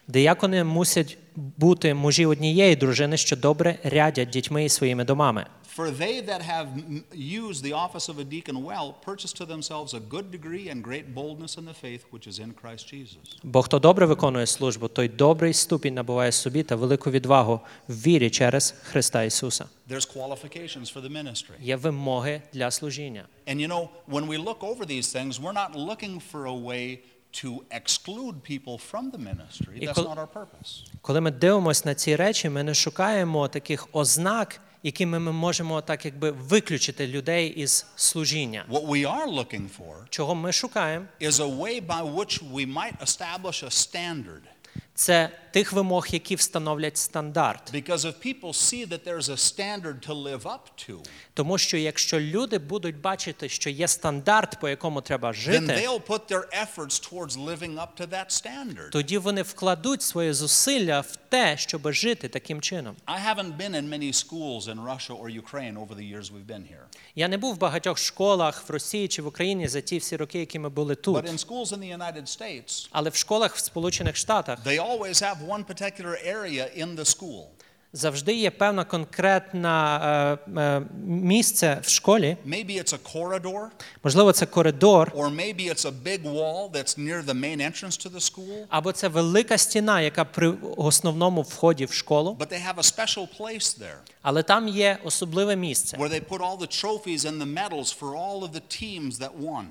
Speaker 2: Деякони мусять бути мужі однієї дружини, що добре рядять дітьми і своїми домами.
Speaker 1: For they that have m- used the office of a deacon well purchase to themselves a good degree and great boldness in the faith which is in Christ Jesus.
Speaker 2: Бо хто добре виконує службу, той добрий ступінь набуває собі та велику відвагу в вірі через Христа Ісуса.
Speaker 1: There's qualifications for the ministry.
Speaker 2: Є вимоги для служіння.
Speaker 1: And you know, when we look over these things, we're not looking for a way to exclude people from the ministry.
Speaker 2: Y
Speaker 1: That's
Speaker 2: col-
Speaker 1: not our purpose.
Speaker 2: Коли ми дивимося на ці речі, ми не шукаємо таких ознак, якими ми можемо так якби виключити людей із служіння.
Speaker 1: What we are looking for
Speaker 2: Чого ми шукаємо?
Speaker 1: is a way by which we might establish a standard.
Speaker 2: Це тих вимог, які встановлять стандарт.
Speaker 1: Because if people see that there's a standard to live up to,
Speaker 2: Тому що якщо люди будуть бачити, що є стандарт, по якому треба
Speaker 1: then
Speaker 2: жити,
Speaker 1: they'll put their efforts towards living up to that standard.
Speaker 2: тоді вони вкладуть свої зусилля в те, щоб жити таким чином.
Speaker 1: I haven't been in many schools in Russia or Ukraine over the years we've been here.
Speaker 2: Я не був в багатьох школах в Росії чи в Україні за ті всі роки, які ми були
Speaker 1: But
Speaker 2: тут.
Speaker 1: in schools in the United States,
Speaker 2: Але в школах в Сполучених Штатах
Speaker 1: they always have one particular area in the school.
Speaker 2: завжди є певна конкретна е, е, місце в школі.
Speaker 1: Maybe it's a corridor,
Speaker 2: Можливо, це коридор,
Speaker 1: or maybe it's a big wall that's near the main entrance to the school.
Speaker 2: або це велика стіна, яка при основному вході в школу.
Speaker 1: But they have a special place there
Speaker 2: Але там є особливе місце,
Speaker 1: where they put all the trophies and the medals for all of the teams that won.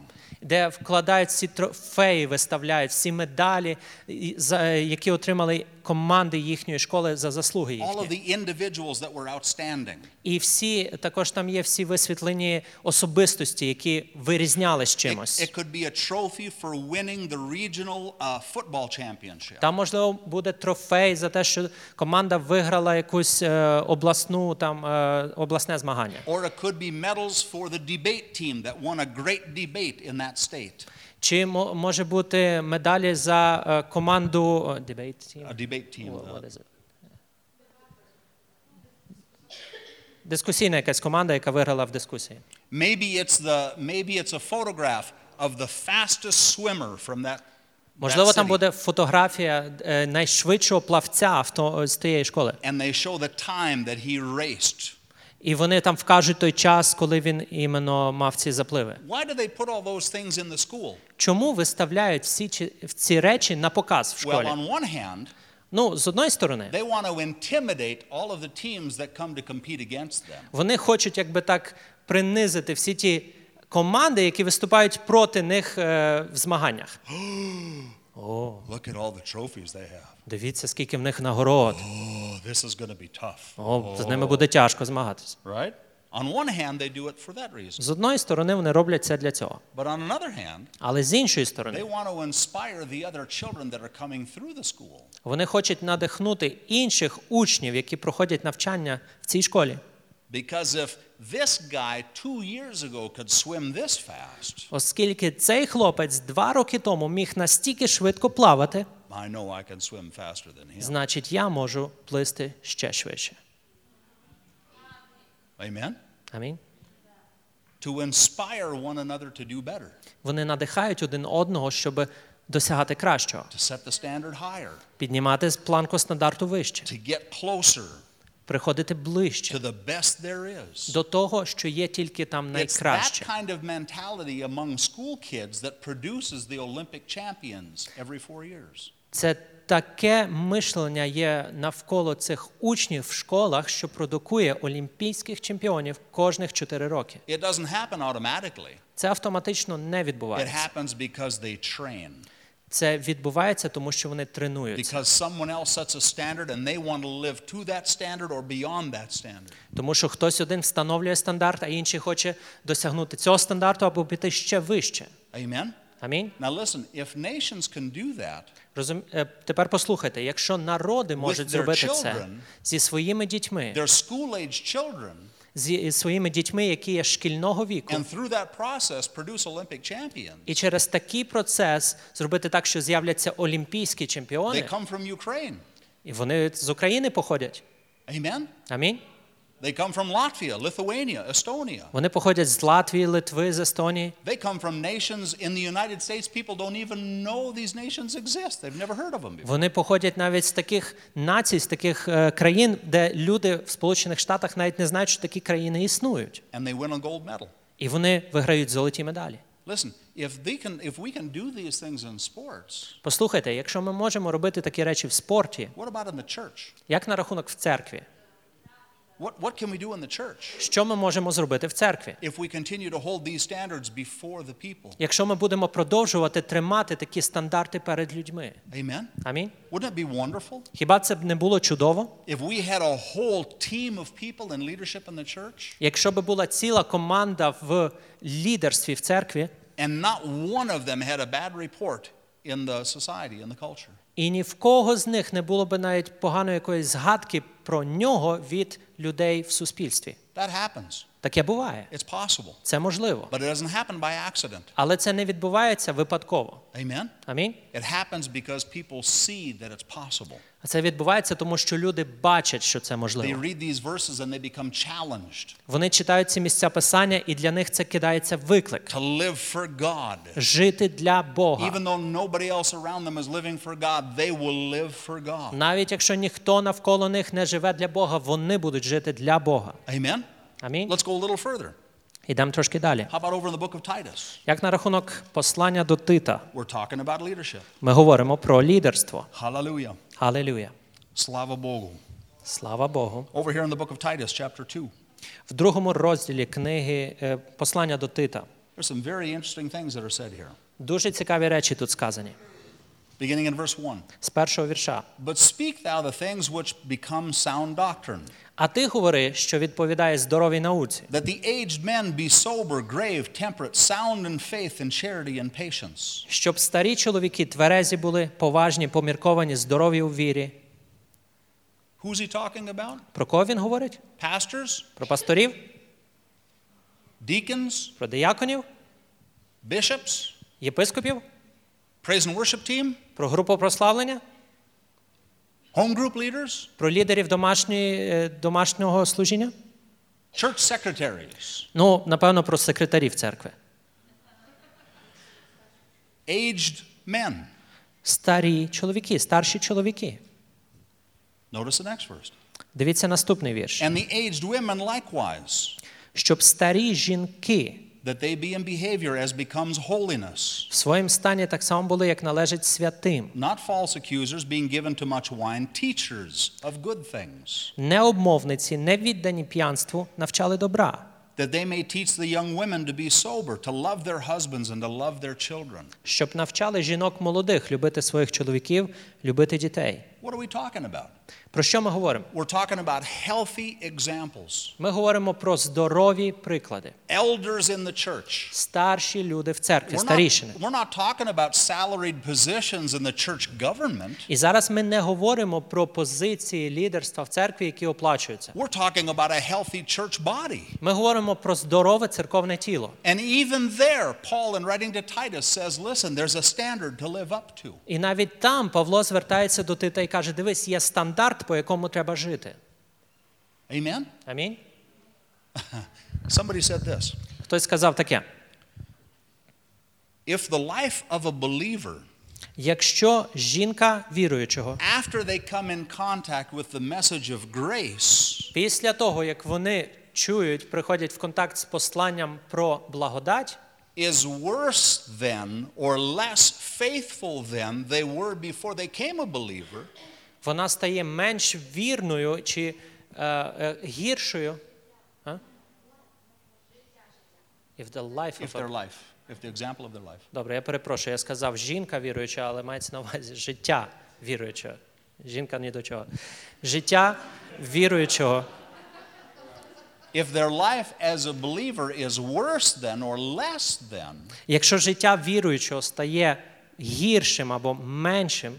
Speaker 2: де вкладають всі трофеї, виставляють всі медалі, і- за- е, які отримали команди їхньої школи за заслуги
Speaker 1: all
Speaker 2: їхні.
Speaker 1: of the individuals that were outstanding.
Speaker 2: І всі також там є всі висвітлені особистості, які вирізнялись
Speaker 1: It,
Speaker 2: чимось.
Speaker 1: it could be a trophy for winning the regional uh, football championship.
Speaker 2: Там можливо буде трофей за те, що команда виграла якусь е, обласну там е, обласне змагання.
Speaker 1: Or it could be medals for the debate team that won a great debate in that state.
Speaker 2: Чи мо- може бути медалі за е, команду о, debate team?
Speaker 1: A debate team.
Speaker 2: What-
Speaker 1: uh,
Speaker 2: what is it? Дискусійна якась команда, яка виграла в дискусії.
Speaker 1: Maybe it's the maybe it's a photograph of the fastest swimmer from that.
Speaker 2: Можливо,
Speaker 1: that
Speaker 2: там
Speaker 1: city.
Speaker 2: буде фотографія е, найшвидшого плавця авто з тієї школи.
Speaker 1: And they show the time that he raced.
Speaker 2: І вони там вкажуть той час, коли він іменно мав ці запливи.
Speaker 1: Why do they put all those things in the school?
Speaker 2: Чому виставляють всі чи- ці речі на показ в школі?
Speaker 1: Well, on one hand,
Speaker 2: Ну, з одної сторони,
Speaker 1: they want to intimidate all of the teams that come to compete against them.
Speaker 2: вони хочуть якби так принизити всі ті команди, які виступають проти них е, в змаганнях.
Speaker 1: Oh, Look at all the trophies they have.
Speaker 2: Дивіться, скільки в них нагород.
Speaker 1: Oh, this is going to be tough.
Speaker 2: О, з ними буде тяжко змагатися.
Speaker 1: Right? On one hand, they do it for that reason.
Speaker 2: З одної сторони, вони роблять це для цього.
Speaker 1: But on another hand,
Speaker 2: Але з іншої
Speaker 1: they
Speaker 2: сторони,
Speaker 1: want to inspire the other children that are coming through the school.
Speaker 2: вони хочуть надихнути інших учнів, які проходять навчання в цій школі.
Speaker 1: Because if this guy two years ago could swim this fast,
Speaker 2: Оскільки цей хлопець два роки тому міг настільки швидко плавати,
Speaker 1: I know I can swim faster than him.
Speaker 2: значить я можу плисти ще швидше.
Speaker 1: Amen?
Speaker 2: Амінь.
Speaker 1: To inspire one another to do better,
Speaker 2: Вони надихають один одного, щоб досягати кращого,
Speaker 1: to set the standard higher,
Speaker 2: піднімати планку стандарту вище,
Speaker 1: to get closer
Speaker 2: приходити ближче
Speaker 1: to the best there is.
Speaker 2: до того, що є тільки там
Speaker 1: It's that
Speaker 2: найкраще.
Speaker 1: kind of mentality among school kids that produces the Olympic champions every four years.
Speaker 2: Це таке мишлення є навколо цих учнів в школах, що продукує олімпійських чемпіонів кожних 4 роки.
Speaker 1: It doesn't happen automatically.
Speaker 2: Це автоматично не
Speaker 1: It
Speaker 2: відбувається.
Speaker 1: happens because they train,
Speaker 2: Це відбувається, тому що вони тренуються.
Speaker 1: because someone else sets a standard and they want to live to that standard or beyond that standard.
Speaker 2: Тому що хтось один встановлює стандарт, а інший хоче досягнути цього стандарту або піти ще вище.
Speaker 1: Amen?
Speaker 2: Амінь.
Speaker 1: Now, listen, if nations can do that,
Speaker 2: Розум... е, Тепер послухайте, якщо народи можуть
Speaker 1: their
Speaker 2: зробити це
Speaker 1: children,
Speaker 2: зі своїми дітьми,
Speaker 1: their school age children,
Speaker 2: зі своїми дітьми, які є шкільного віку,
Speaker 1: and through that process produce Olympic champions.
Speaker 2: і через такий процес зробити так, що з'являться олімпійські
Speaker 1: They
Speaker 2: чемпіони,
Speaker 1: come from Ukraine.
Speaker 2: і вони з України походять.
Speaker 1: Amen?
Speaker 2: Амінь.
Speaker 1: They come from Latvia, Lithuania, Estonia.
Speaker 2: Вони походять з Латвії, Литви, з Естонії.
Speaker 1: They come from nations in the United States. People don't even know these nations exist. They've never heard of them before.
Speaker 2: Вони походять навіть з таких націй, з таких е, країн, де люди в Сполучених Штатах навіть не знають, що такі країни існують.
Speaker 1: And they win a gold medal.
Speaker 2: І вони виграють золоті медалі.
Speaker 1: Listen, if, they can, if we can do these things in sports,
Speaker 2: Послухайте, якщо ми можемо робити такі речі в спорті,
Speaker 1: what about in the church?
Speaker 2: як на рахунок в церкві,
Speaker 1: What, what can we do in the church
Speaker 2: що ми можемо зробити в церкві?
Speaker 1: if we continue to hold these standards before the people?
Speaker 2: Якщо ми будемо продовжувати тримати такі стандарти перед людьми,
Speaker 1: Amen?
Speaker 2: амінь.
Speaker 1: Wouldn't it be wonderful
Speaker 2: Хіба це б не було чудово?
Speaker 1: if we had a whole team of people in leadership in the church
Speaker 2: Якщо б була ціла команда в лідерстві в церкві,
Speaker 1: and not one of them had a bad report in the society, in the culture?
Speaker 2: і ні в кого з них не було б навіть поганої якоїсь згадки про нього від людей в суспільстві.
Speaker 1: That happens.
Speaker 2: Таке буває,
Speaker 1: It's possible.
Speaker 2: це можливо,
Speaker 1: But it doesn't happen by accident.
Speaker 2: але це не відбувається випадково.
Speaker 1: Amen?
Speaker 2: Амінь.
Speaker 1: It happens because people see that it's possible.
Speaker 2: А Це відбувається, тому що люди бачать, що це
Speaker 1: They
Speaker 2: можливо.
Speaker 1: read these verses and they become challenged
Speaker 2: Вони читають ці місця писання, і для них це кидається виклик
Speaker 1: to live for God.
Speaker 2: жити для Бога.
Speaker 1: Even though nobody else around them is living for God, they will live for God.
Speaker 2: Навіть якщо ніхто навколо них не живе для Бога, вони будуть жити для Бога.
Speaker 1: Amen?
Speaker 2: Амінь.
Speaker 1: Let's go a little further.
Speaker 2: Ідемо трошки далі.
Speaker 1: How about over in the book of Titus?
Speaker 2: Як на рахунок послання до Тита,
Speaker 1: We're talking about leadership.
Speaker 2: ми говоримо про лідерство.
Speaker 1: Hallelujah.
Speaker 2: Алілюя.
Speaker 1: Slava Bogu.
Speaker 2: Слава Богу.
Speaker 1: Over here in the book of Titus, chapter 2,
Speaker 2: В другому розділі книги е, послання до Тита
Speaker 1: there's some very interesting things that are said here.
Speaker 2: дуже цікаві речі тут сказані.
Speaker 1: beginning in verse 1.
Speaker 2: з першого вірша.
Speaker 1: But speak thou the things which become sound doctrine,
Speaker 2: А ти говори, що відповідає здоровій науці,
Speaker 1: that the aged men be sober, grave, temperate, sound in faith, in charity, and patience.
Speaker 2: щоб старі чоловіки тверезі були, поважні, помірковані, здорові у вірі.
Speaker 1: Who's he talking about?
Speaker 2: Про кого він говорить?
Speaker 1: Pastors,
Speaker 2: Про пасторів,
Speaker 1: deacons,
Speaker 2: про дияконів,
Speaker 1: bishops,
Speaker 2: єпископів,
Speaker 1: praise and worship team,
Speaker 2: про групу прославлення,
Speaker 1: home group leaders,
Speaker 2: про лідерів домашньої, е, домашнього служіння.
Speaker 1: church secretaries,
Speaker 2: Ну, напевно, про секретарів церкви.
Speaker 1: aged men.
Speaker 2: Старі чоловіки, старші чоловіки.
Speaker 1: Notice the next verse.
Speaker 2: Дивіться наступний вірш.
Speaker 1: And the aged women likewise,
Speaker 2: Щоб старі жінки
Speaker 1: that they be in behavior as becomes holiness,
Speaker 2: в своєму стані так само були, як належить святим,
Speaker 1: not false accusers, being given to much wine, teachers of good things,
Speaker 2: не обмовниці, не віддані п'янству, навчали добра,
Speaker 1: that they may teach the young women to be sober, to love their husbands, and to love their children.
Speaker 2: щоб навчали жінок молодих любити своїх чоловіків, любити дітей.
Speaker 1: What are we talking about?
Speaker 2: Про що ми говоримо?
Speaker 1: We're talking about healthy examples,
Speaker 2: Ми говоримо про здорові приклади.
Speaker 1: elders in the church.
Speaker 2: Старші люди в церкві,
Speaker 1: We're not,
Speaker 2: старішини.
Speaker 1: we're not talking about salaried positions in the church government.
Speaker 2: І зараз ми не говоримо про позиції лідерства в церкві, які оплачуються.
Speaker 1: We're talking about a healthy church body.
Speaker 2: Ми говоримо про здорове церковне тіло.
Speaker 1: And even there, Paul, in writing to Titus, says, listen, there's a standard to live up to.
Speaker 2: І навіть там Павло звертається до Тита і каже: Дивись, є стандарт, по якому треба жити.
Speaker 1: Amen?
Speaker 2: Амінь.
Speaker 1: Somebody said this
Speaker 2: Хтось сказав таке:
Speaker 1: If the life of a believer,
Speaker 2: якщо жінка віруючого,
Speaker 1: after they come in contact with the message of grace,
Speaker 2: після того як вони чують, приходять в контакт з посланням про благодать,
Speaker 1: is worse than or less faithful than they were before they came a believer,
Speaker 2: вона стає менш вірною чи е, е, гіршою. А? If the life
Speaker 1: if
Speaker 2: of a...
Speaker 1: their life, if the example of their life.
Speaker 2: Добре, я перепрошую, я сказав жінка віруюча, але мається на увазі життя віруючого. Жінка ні до чого. Життя віруючого.
Speaker 1: If their life as a believer is worse than or less than
Speaker 2: Якщо життя віруючого стає гіршим або меншим,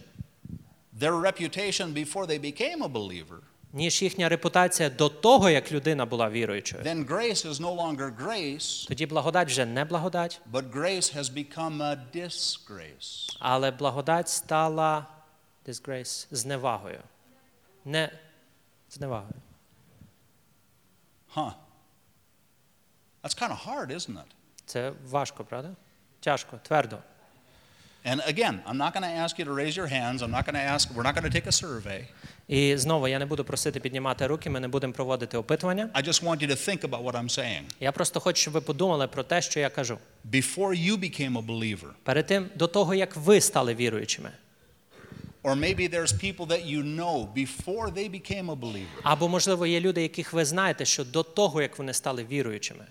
Speaker 1: their reputation before they became a believer,
Speaker 2: ніж їхня репутація до того, як людина була віруючою,
Speaker 1: then grace is no longer grace,
Speaker 2: тоді благодать вже не благодать,
Speaker 1: but grace has become a disgrace.
Speaker 2: але благодать стала disgrace, зневагою. Не зневагою.
Speaker 1: Huh. That's kind of hard, isn't it?
Speaker 2: Це важко, правда? Тяжко, твердо.
Speaker 1: And again, I'm not going to ask you to raise your hands. I'm not going to ask, we're not going to take a survey.
Speaker 2: І знову я не буду просити піднімати руки, ми не будемо проводити опитування.
Speaker 1: I just want you to think about what I'm saying.
Speaker 2: Я просто хочу, щоб ви подумали про те, що я кажу.
Speaker 1: Before you became a believer,
Speaker 2: Перед тим, до того, як ви стали віруючими,
Speaker 1: or maybe there's people that you know before they became a believer,
Speaker 2: або, можливо, є люди, яких ви знаєте, що до того, як вони стали віруючими,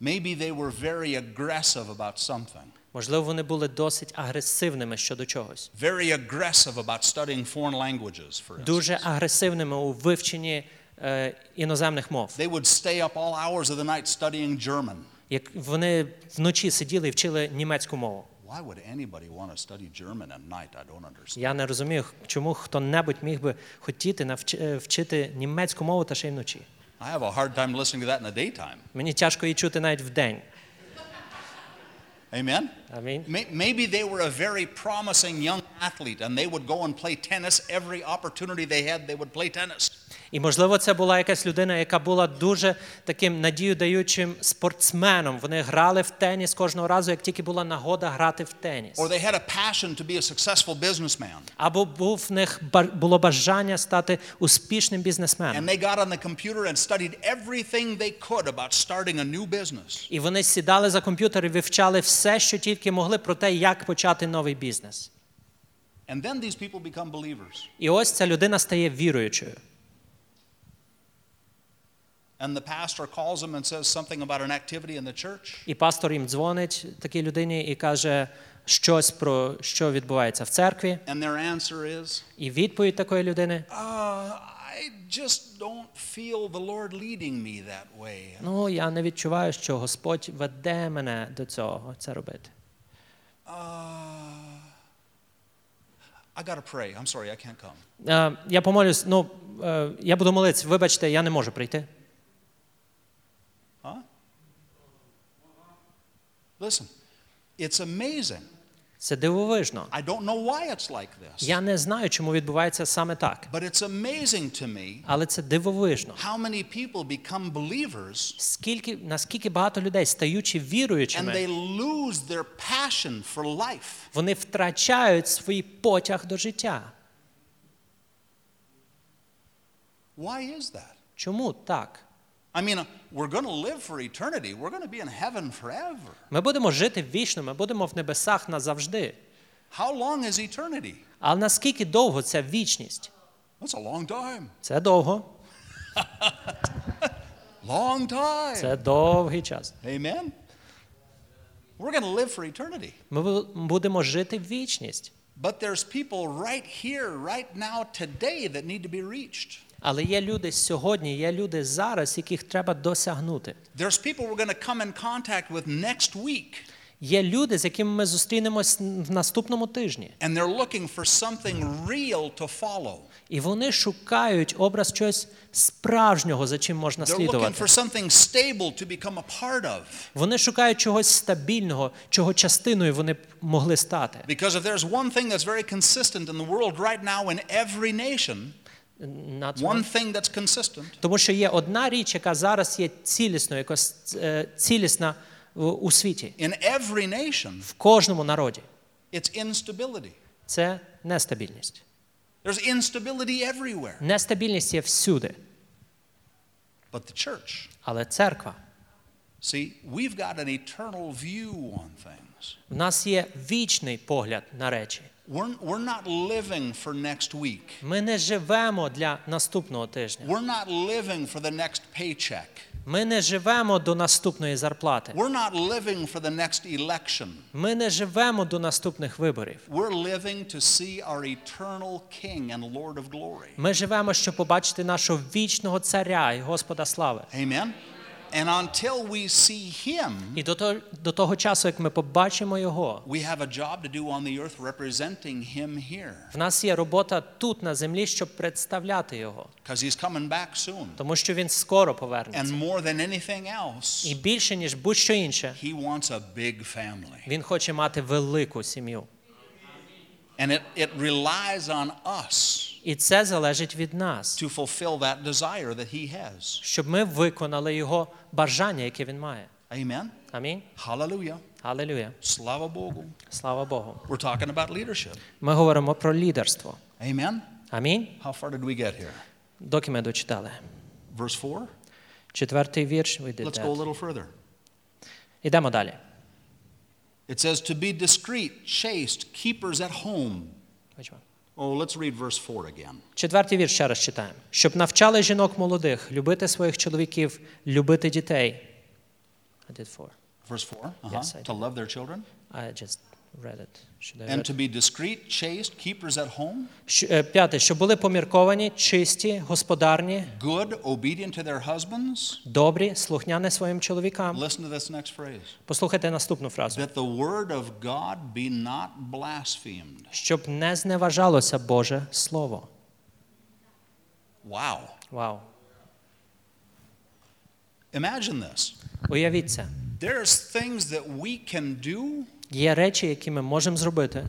Speaker 1: maybe they were very aggressive about something,
Speaker 2: можливо, вони були досить агресивними щодо чогось,
Speaker 1: very aggressive about studying foreign languages, for instance.
Speaker 2: дуже агресивними у вивченні е, іноземних мов.
Speaker 1: They would stay up all hours of the night studying German.
Speaker 2: Як вони вночі сиділи і вчили німецьку мову.
Speaker 1: Why would anybody want to study German at night? I don't understand.
Speaker 2: Я не розумію, чому хто-небудь міг би хотіти навч- е, вчити німецьку мову та ще й вночі.
Speaker 1: I have a hard time listening to that in the daytime.
Speaker 2: Мені тяжко її чути навіть вдень.
Speaker 1: Amen?
Speaker 2: Амінь.
Speaker 1: May- Maybe they were a very promising young athlete and they would go and play tennis every opportunity they had, they would play tennis.
Speaker 2: І можливо, це була якась людина, яка була дуже таким надіюдаючим спортсменом. Вони грали в теніс кожного разу, як тільки була нагода грати в теніс.
Speaker 1: Or they had a passion to be a successful businessman
Speaker 2: Або був в них ба- було бажання стати успішним
Speaker 1: and
Speaker 2: бізнесменом.
Speaker 1: they got on the computer and studied everything they could about starting a new business.
Speaker 2: І вони сідали за комп'ютер і вивчали все, що тільки могли про те, як почати новий бізнес.
Speaker 1: And then these people become believers.
Speaker 2: І ось ця людина стає віруючою.
Speaker 1: And the pastor calls them and says something about an activity in the church.
Speaker 2: І пастор їм дзвонить такій людині і каже: щось про що відбувається в церкві,
Speaker 1: And their answer is,
Speaker 2: і відповідь такої людини:
Speaker 1: uh, I just don't feel the Lord leading me that way.
Speaker 2: ну я не відчуваю, що Господь веде мене до цього це робити.
Speaker 1: Uh, I got to pray. I'm sorry, I can't come.
Speaker 2: Е, я помолюсь, ну е, я буду молитися, вибачте, я не можу прийти.
Speaker 1: Huh? Listen, it's amazing.
Speaker 2: Це дивовижно.
Speaker 1: I don't know why it's like this,
Speaker 2: Я не знаю, чому відбувається саме так,
Speaker 1: but it's amazing to me
Speaker 2: але це дивовижно.
Speaker 1: how many people become believers
Speaker 2: Скільки наскільки багато людей, стаючи
Speaker 1: and
Speaker 2: віруючими,
Speaker 1: they lose their passion for life.
Speaker 2: вони втрачають свій потяг до життя.
Speaker 1: Why is that?
Speaker 2: Чому так?
Speaker 1: I mean, uh, we're going to live for eternity. We're going to be in heaven forever.
Speaker 2: Ми будемо жити вічно, ми будемо в небесах назавжди.
Speaker 1: How long is eternity?
Speaker 2: Але наскільки довго ця вічність?
Speaker 1: That's a long time.
Speaker 2: Це довго,
Speaker 1: Long time.
Speaker 2: це довгий час.
Speaker 1: Amen. We're going to live for eternity.
Speaker 2: Ми бу- будемо жити вічність.
Speaker 1: But there's people right here, right now, today that need to be reached.
Speaker 2: Але є люди сьогодні, є люди зараз, яких треба досягнути.
Speaker 1: There's people we're going to come in contact with next week,
Speaker 2: Є люди, з якими ми зустрінемось в наступному тижні,
Speaker 1: and they're looking for something real to follow.
Speaker 2: і вони шукають образ чогось справжнього, за чим можна
Speaker 1: They're looking
Speaker 2: слідувати.
Speaker 1: for something stable to become a part of.
Speaker 2: Вони шукають чогось стабільного, чого частиною вони б могли стати.
Speaker 1: Because if there's one thing that's very consistent in the world right now, in every nation,
Speaker 2: Not
Speaker 1: one thing that's consistent
Speaker 2: Тому що є одна річ, яка зараз є цілісною, якось е, цілісна в- у світі,
Speaker 1: in every nation,
Speaker 2: в кожному народі.
Speaker 1: it's instability.
Speaker 2: Це нестабільність.
Speaker 1: There's instability everywhere.
Speaker 2: Нестабільність є всюди,
Speaker 1: But the church,
Speaker 2: але церква.
Speaker 1: see, we've got an eternal view on things.
Speaker 2: В нас є вічний погляд на речі.
Speaker 1: We're, we're not living for next week.
Speaker 2: Ми не живемо для наступного тижня.
Speaker 1: We're not living for the next paycheck.
Speaker 2: Ми не живемо до наступної зарплати.
Speaker 1: We're not living for the next election.
Speaker 2: Ми не живемо до наступних виборів.
Speaker 1: We're living to see our eternal King and Lord of glory.
Speaker 2: Ми живемо, щоб побачити нашого вічного царя і Господа слави.
Speaker 1: Amen? And until we see Him,
Speaker 2: І до того, до того часу, як ми побачимо його,
Speaker 1: we have a job to do on the earth representing Him here
Speaker 2: В нас є робота тут на землі, щоб представляти його,
Speaker 1: because He's coming back soon.
Speaker 2: тому що він скоро
Speaker 1: And
Speaker 2: повернеться.
Speaker 1: more than anything else,
Speaker 2: І більше ніж будь-що інше,
Speaker 1: He wants a big family.
Speaker 2: він хоче мати велику сім'ю,
Speaker 1: And it, it relies on us
Speaker 2: і це залежить від нас,
Speaker 1: to fulfill that desire that He has.
Speaker 2: щоб ми виконали його бажання, яке він має.
Speaker 1: Amen?
Speaker 2: Амінь.
Speaker 1: Hallelujah.
Speaker 2: Алелюя.
Speaker 1: Slava Bogu.
Speaker 2: Слава Богу.
Speaker 1: We're talking about leadership.
Speaker 2: Ми говоримо про лідерство.
Speaker 1: Amen?
Speaker 2: Амінь.
Speaker 1: How far did we get here?
Speaker 2: Доки ми дочитали.
Speaker 1: Verse 4?
Speaker 2: Четвертий вірш. we did
Speaker 1: Let's go a
Speaker 2: that.
Speaker 1: little further.
Speaker 2: Ідемо далі.
Speaker 1: It says, to be discreet, chaste, keepers at home.
Speaker 2: Which one?
Speaker 1: Oh, let's read verse 4 again.
Speaker 2: Четвертий вірш ще раз читаємо. Щоб навчали жінок молодих, любити своїх чоловіків, любити дітей. I did four.
Speaker 1: Verse 4? Uh-huh.
Speaker 2: Yes, I
Speaker 1: to love their children.
Speaker 2: I just read it. Should I
Speaker 1: And
Speaker 2: read?
Speaker 1: to be discreet, chaste, keepers at home,
Speaker 2: Щ- е, П'яте, що були помірковані, чисті, господарні,
Speaker 1: good, obedient to their husbands.
Speaker 2: добрі, слухняні своїм чоловікам.
Speaker 1: Listen to this next phrase.
Speaker 2: Послухайте наступну фразу.
Speaker 1: That the word of God be not blasphemed.
Speaker 2: Щоб не зневажалося Боже Слово.
Speaker 1: Wow.
Speaker 2: Вау.
Speaker 1: Imagine this.
Speaker 2: Уявіть це.
Speaker 1: There's things that we can do.
Speaker 2: Є речі, які ми можемо зробити.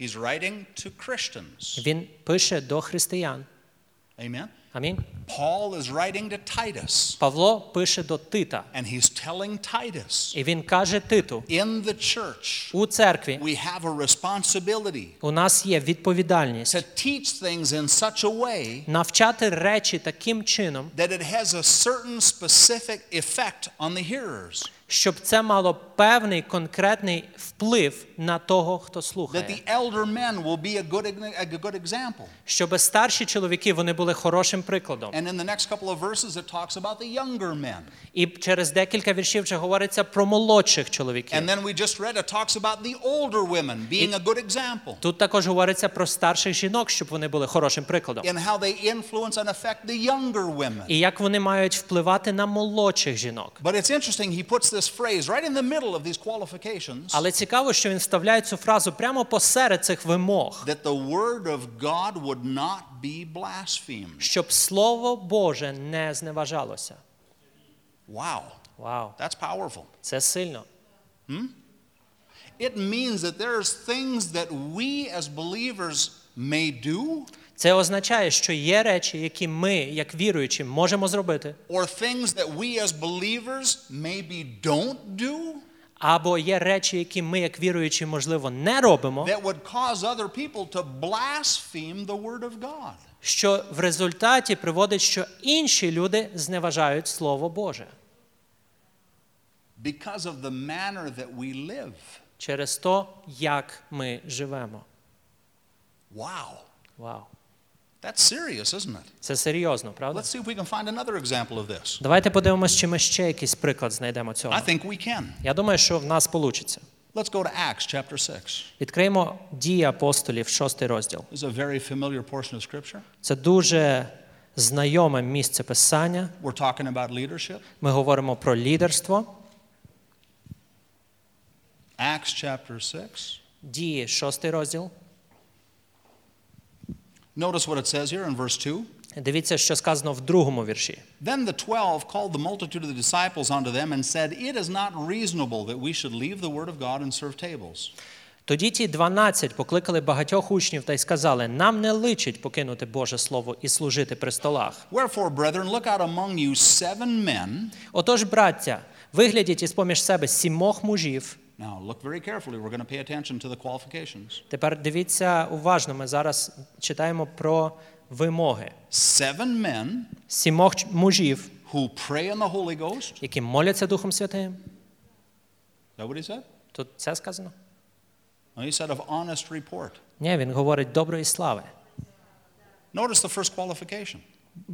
Speaker 1: He's writing to Christians.
Speaker 2: Він пише до християн.
Speaker 1: Amen.
Speaker 2: Амінь.
Speaker 1: Paul is writing to Titus,
Speaker 2: Павло пише до Тита.
Speaker 1: and he's telling Titus
Speaker 2: І він каже Титу:
Speaker 1: in the church,
Speaker 2: у церкві
Speaker 1: we have a responsibility
Speaker 2: у нас є відповідальність
Speaker 1: to teach things in such a way
Speaker 2: навчати речі таким чином,
Speaker 1: that it has a certain specific effect on the hearers.
Speaker 2: щоб це мало певний конкретний вплив на того, хто
Speaker 1: that the
Speaker 2: слухає.
Speaker 1: elder men will be a good, a good example.
Speaker 2: Щоб старші чоловіки вони були хорошим прикладом.
Speaker 1: And in the next couple of verses, it talks about the younger men.
Speaker 2: І через декілька віршів вже говориться про молодших чоловіків.
Speaker 1: And then we just read it talks about the older women being a good example
Speaker 2: Тут також говориться про старших жінок, щоб вони були хорошим прикладом.
Speaker 1: and how they influence and affect the younger women.
Speaker 2: І як вони мають впливати на молодших жінок.
Speaker 1: But it's interesting, he puts this phrase right in the middle of these qualifications
Speaker 2: Але цікаво, що він вставляє цю фразу прямо посеред цих вимог,
Speaker 1: that the word of God would not be blasphemed.
Speaker 2: щоб слово Боже не зневажалося.
Speaker 1: Wow,
Speaker 2: Вау,
Speaker 1: that's powerful.
Speaker 2: це сильно.
Speaker 1: It means that there's things that we as believers may do
Speaker 2: Це означає, що є речі, які ми, як віруючі, можемо зробити,
Speaker 1: or things that we as believers maybe don't do
Speaker 2: або є речі, які ми, як віруючі, можливо, не робимо,
Speaker 1: that would cause other people to blaspheme the word of God.
Speaker 2: що в результаті приводить, що інші люди зневажають Слово Боже
Speaker 1: because of the manner that we live.
Speaker 2: через то, як ми живемо.
Speaker 1: Wow.
Speaker 2: Вау,
Speaker 1: That's serious, isn't it?
Speaker 2: це серйозно, правда?
Speaker 1: Let's see if we can find another example of this.
Speaker 2: Давайте подивимось, чи ми ще якийсь приклад знайдемо цього.
Speaker 1: I think we can.
Speaker 2: Я думаю, що в нас вийде.
Speaker 1: Let's go to Acts chapter 6.
Speaker 2: Відкриємо дії апостолів, шостий розділ.
Speaker 1: This is a very familiar portion of Scripture.
Speaker 2: Це дуже знайоме місце писання.
Speaker 1: We're talking about leadership.
Speaker 2: Ми говоримо про лідерство.
Speaker 1: Acts chapter 6.
Speaker 2: Дії, шостий розділ.
Speaker 1: Notice what it says here in verse 2.
Speaker 2: Дивіться, що сказано в другому вірші.
Speaker 1: Then the twelve called the multitude of the disciples unto them and said, It is not reasonable that we should leave the word of God and serve tables.
Speaker 2: Тоді ті дванадцять покликали багатьох учнів та й сказали: Нам не личить покинути Боже Слово і служити при столах.
Speaker 1: Wherefore, brethren, look out among you seven men.
Speaker 2: Отож, браття, виглядіть із поміж себе сімох мужів.
Speaker 1: Now, look very carefully. We're going to pay attention to the qualifications.
Speaker 2: Тепер дивіться уважно. Ми зараз читаємо про вимоги
Speaker 1: seven men
Speaker 2: сімох ч- мужів,
Speaker 1: who pray in the Holy Ghost. Is
Speaker 2: які моляться Духом Святим.
Speaker 1: that what he said?
Speaker 2: Тут це сказано?
Speaker 1: No, he said of honest report.
Speaker 2: Ні, він говорить доброї слави.
Speaker 1: Notice the first qualification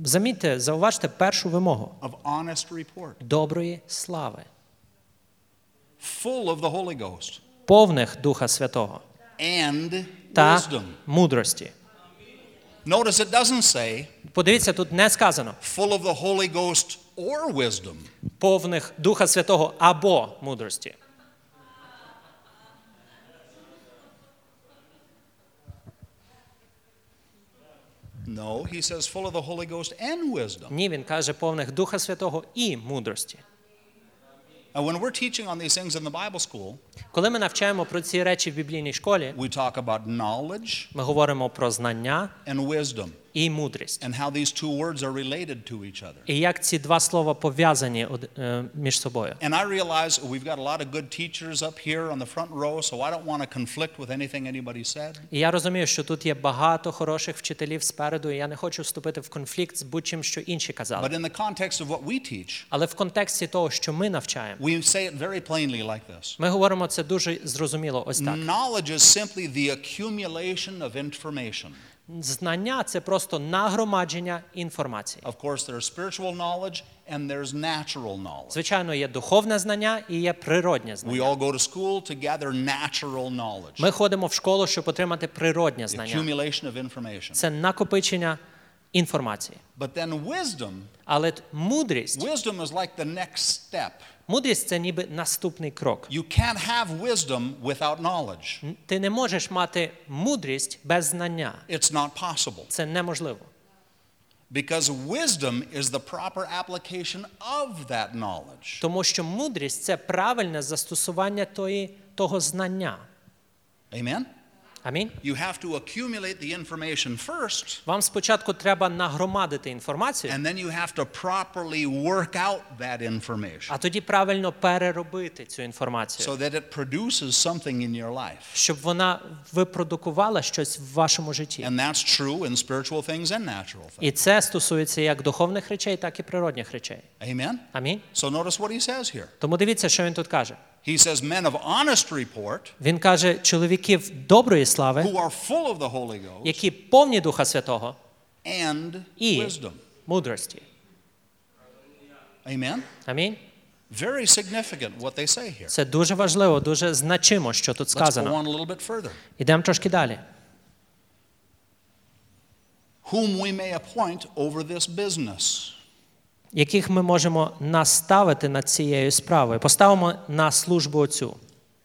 Speaker 2: Замітьте, зауважте першу вимогу
Speaker 1: of honest report,
Speaker 2: доброї слави,
Speaker 1: full of the Holy Ghost
Speaker 2: повних Духа Святого
Speaker 1: and
Speaker 2: та
Speaker 1: wisdom.
Speaker 2: мудрості.
Speaker 1: Notice it doesn't say
Speaker 2: Подивіться, тут не сказано
Speaker 1: full of the Holy Ghost or wisdom.
Speaker 2: повних Духа Святого або мудрості.
Speaker 1: No, he says full of the Holy Ghost and wisdom.
Speaker 2: Ні, він каже повних Духа Святого і мудрості.
Speaker 1: And when we're teaching on these things in the Bible school,
Speaker 2: Коли ми навчаємо про ці речі в біблійній школі,
Speaker 1: we talk about knowledge
Speaker 2: ми говоримо про знання
Speaker 1: and wisdom
Speaker 2: і мудрість.
Speaker 1: and how these two words are related to each other.
Speaker 2: І як ці два слова пов'язані од- е, між собою.
Speaker 1: And I realize we've got a lot of good teachers up here on the front row, so I don't want to conflict with anything anybody said.
Speaker 2: І я розумію, що тут є багато хороших вчителів спереду, і я не хочу вступити в конфлікт з будь-чим, що інші казали.
Speaker 1: But in the context of what we teach,
Speaker 2: Але в контексті того, що ми навчаємо,
Speaker 1: we say it very plainly like this
Speaker 2: ми говоримо це дуже зрозуміло. Ось так.
Speaker 1: Knowledge is simply the accumulation of information.
Speaker 2: Знання це просто нагромадження інформації.
Speaker 1: Of course, there's spiritual knowledge and there's natural knowledge.
Speaker 2: Звичайно, є духовне знання і є природнє
Speaker 1: We
Speaker 2: знання.
Speaker 1: all go to school to gather natural knowledge,
Speaker 2: Ми ходимо в школу, щоб отримати природнє
Speaker 1: the
Speaker 2: знання.
Speaker 1: accumulation of information.
Speaker 2: Це накопичення інформації.
Speaker 1: But then wisdom,
Speaker 2: Але т- мудрість,
Speaker 1: wisdom is like the next step.
Speaker 2: мудрість це ніби наступний крок.
Speaker 1: You can't have wisdom without knowledge,
Speaker 2: Н- Ти не можеш мати мудрість без знання.
Speaker 1: it's not possible.
Speaker 2: Це неможливо.
Speaker 1: Because wisdom is the proper application of that knowledge.
Speaker 2: Тому що мудрість це правильне застосування тої, того знання.
Speaker 1: Amen?
Speaker 2: Амінь.
Speaker 1: You have to accumulate the information first,
Speaker 2: Вам спочатку треба нагромадити інформацію,
Speaker 1: and then you have to properly work out that information
Speaker 2: а тоді правильно переробити цю інформацію,
Speaker 1: so that it produces something in your life.
Speaker 2: щоб вона випродукувала щось в вашому житті.
Speaker 1: And that's true in spiritual things and natural things.
Speaker 2: І це стосується як духовних речей, так і природних речей.
Speaker 1: Amen?
Speaker 2: Амінь.
Speaker 1: So notice what he says here.
Speaker 2: Тому дивіться, що він тут каже.
Speaker 1: He says, men of honest report
Speaker 2: Він каже чоловіків доброї слави,
Speaker 1: who are full of the Holy Ghost
Speaker 2: які повні Духа Святого
Speaker 1: and
Speaker 2: і
Speaker 1: wisdom.
Speaker 2: мудрості.
Speaker 1: Amen?
Speaker 2: Амінь.
Speaker 1: Very significant what they say here.
Speaker 2: Це дуже важливо, дуже значимо, що тут
Speaker 1: Let's go
Speaker 2: сказано.
Speaker 1: on a little bit further.
Speaker 2: Ідемо трошки далі.
Speaker 1: Whom we may appoint over this business.
Speaker 2: Яких ми можемо наставити над цією справою? Поставимо на службу оцю.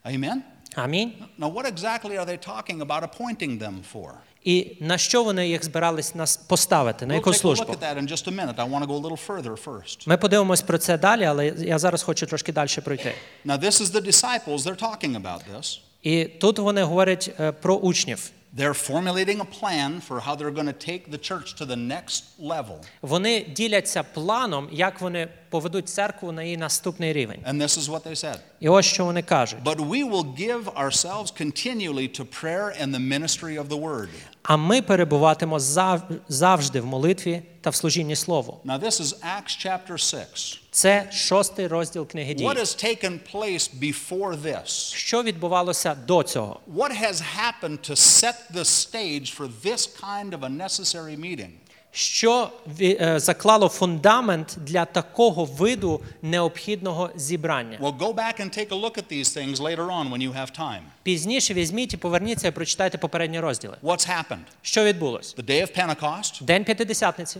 Speaker 1: Amen?
Speaker 2: Амінь.
Speaker 1: Now, what exactly are they talking about appointing them for?
Speaker 2: І на що вони їх збирались нас поставити? На
Speaker 1: We'll
Speaker 2: яку
Speaker 1: take a look
Speaker 2: службу?
Speaker 1: at that in just a minute. I want to go a little further first.
Speaker 2: Ми подивимось про це далі, але я зараз хочу трошки далі пройти.
Speaker 1: Now, this is the disciples, they're talking about this.
Speaker 2: І тут вони говорять е, про учнів.
Speaker 1: They're formulating a plan for how they're going to take the church to the next level.
Speaker 2: Вони діляться планом, як вони поведуть церкву на її наступний рівень.
Speaker 1: And this is what they said.
Speaker 2: І ось що вони кажуть:
Speaker 1: But we will give ourselves continually to prayer and the ministry of the word.
Speaker 2: а ми перебуватимо зав- завжди в молитві та в служінні слову.
Speaker 1: Now, this is Acts chapter 6.
Speaker 2: Це шостий розділ книги дій.
Speaker 1: What has taken place before this?
Speaker 2: Що відбувалося до цього?
Speaker 1: What has happened to set the stage for this kind of a necessary meeting?
Speaker 2: Що ві- е, заклало фундамент для такого виду необхідного зібрання?
Speaker 1: Well, go back and take a look at these things later on when you have time.
Speaker 2: Пізніше візьміть і поверніться і прочитайте попередні розділи.
Speaker 1: What's happened?
Speaker 2: Що відбулось?
Speaker 1: The day of Pentecost,
Speaker 2: День П'ятидесятниці.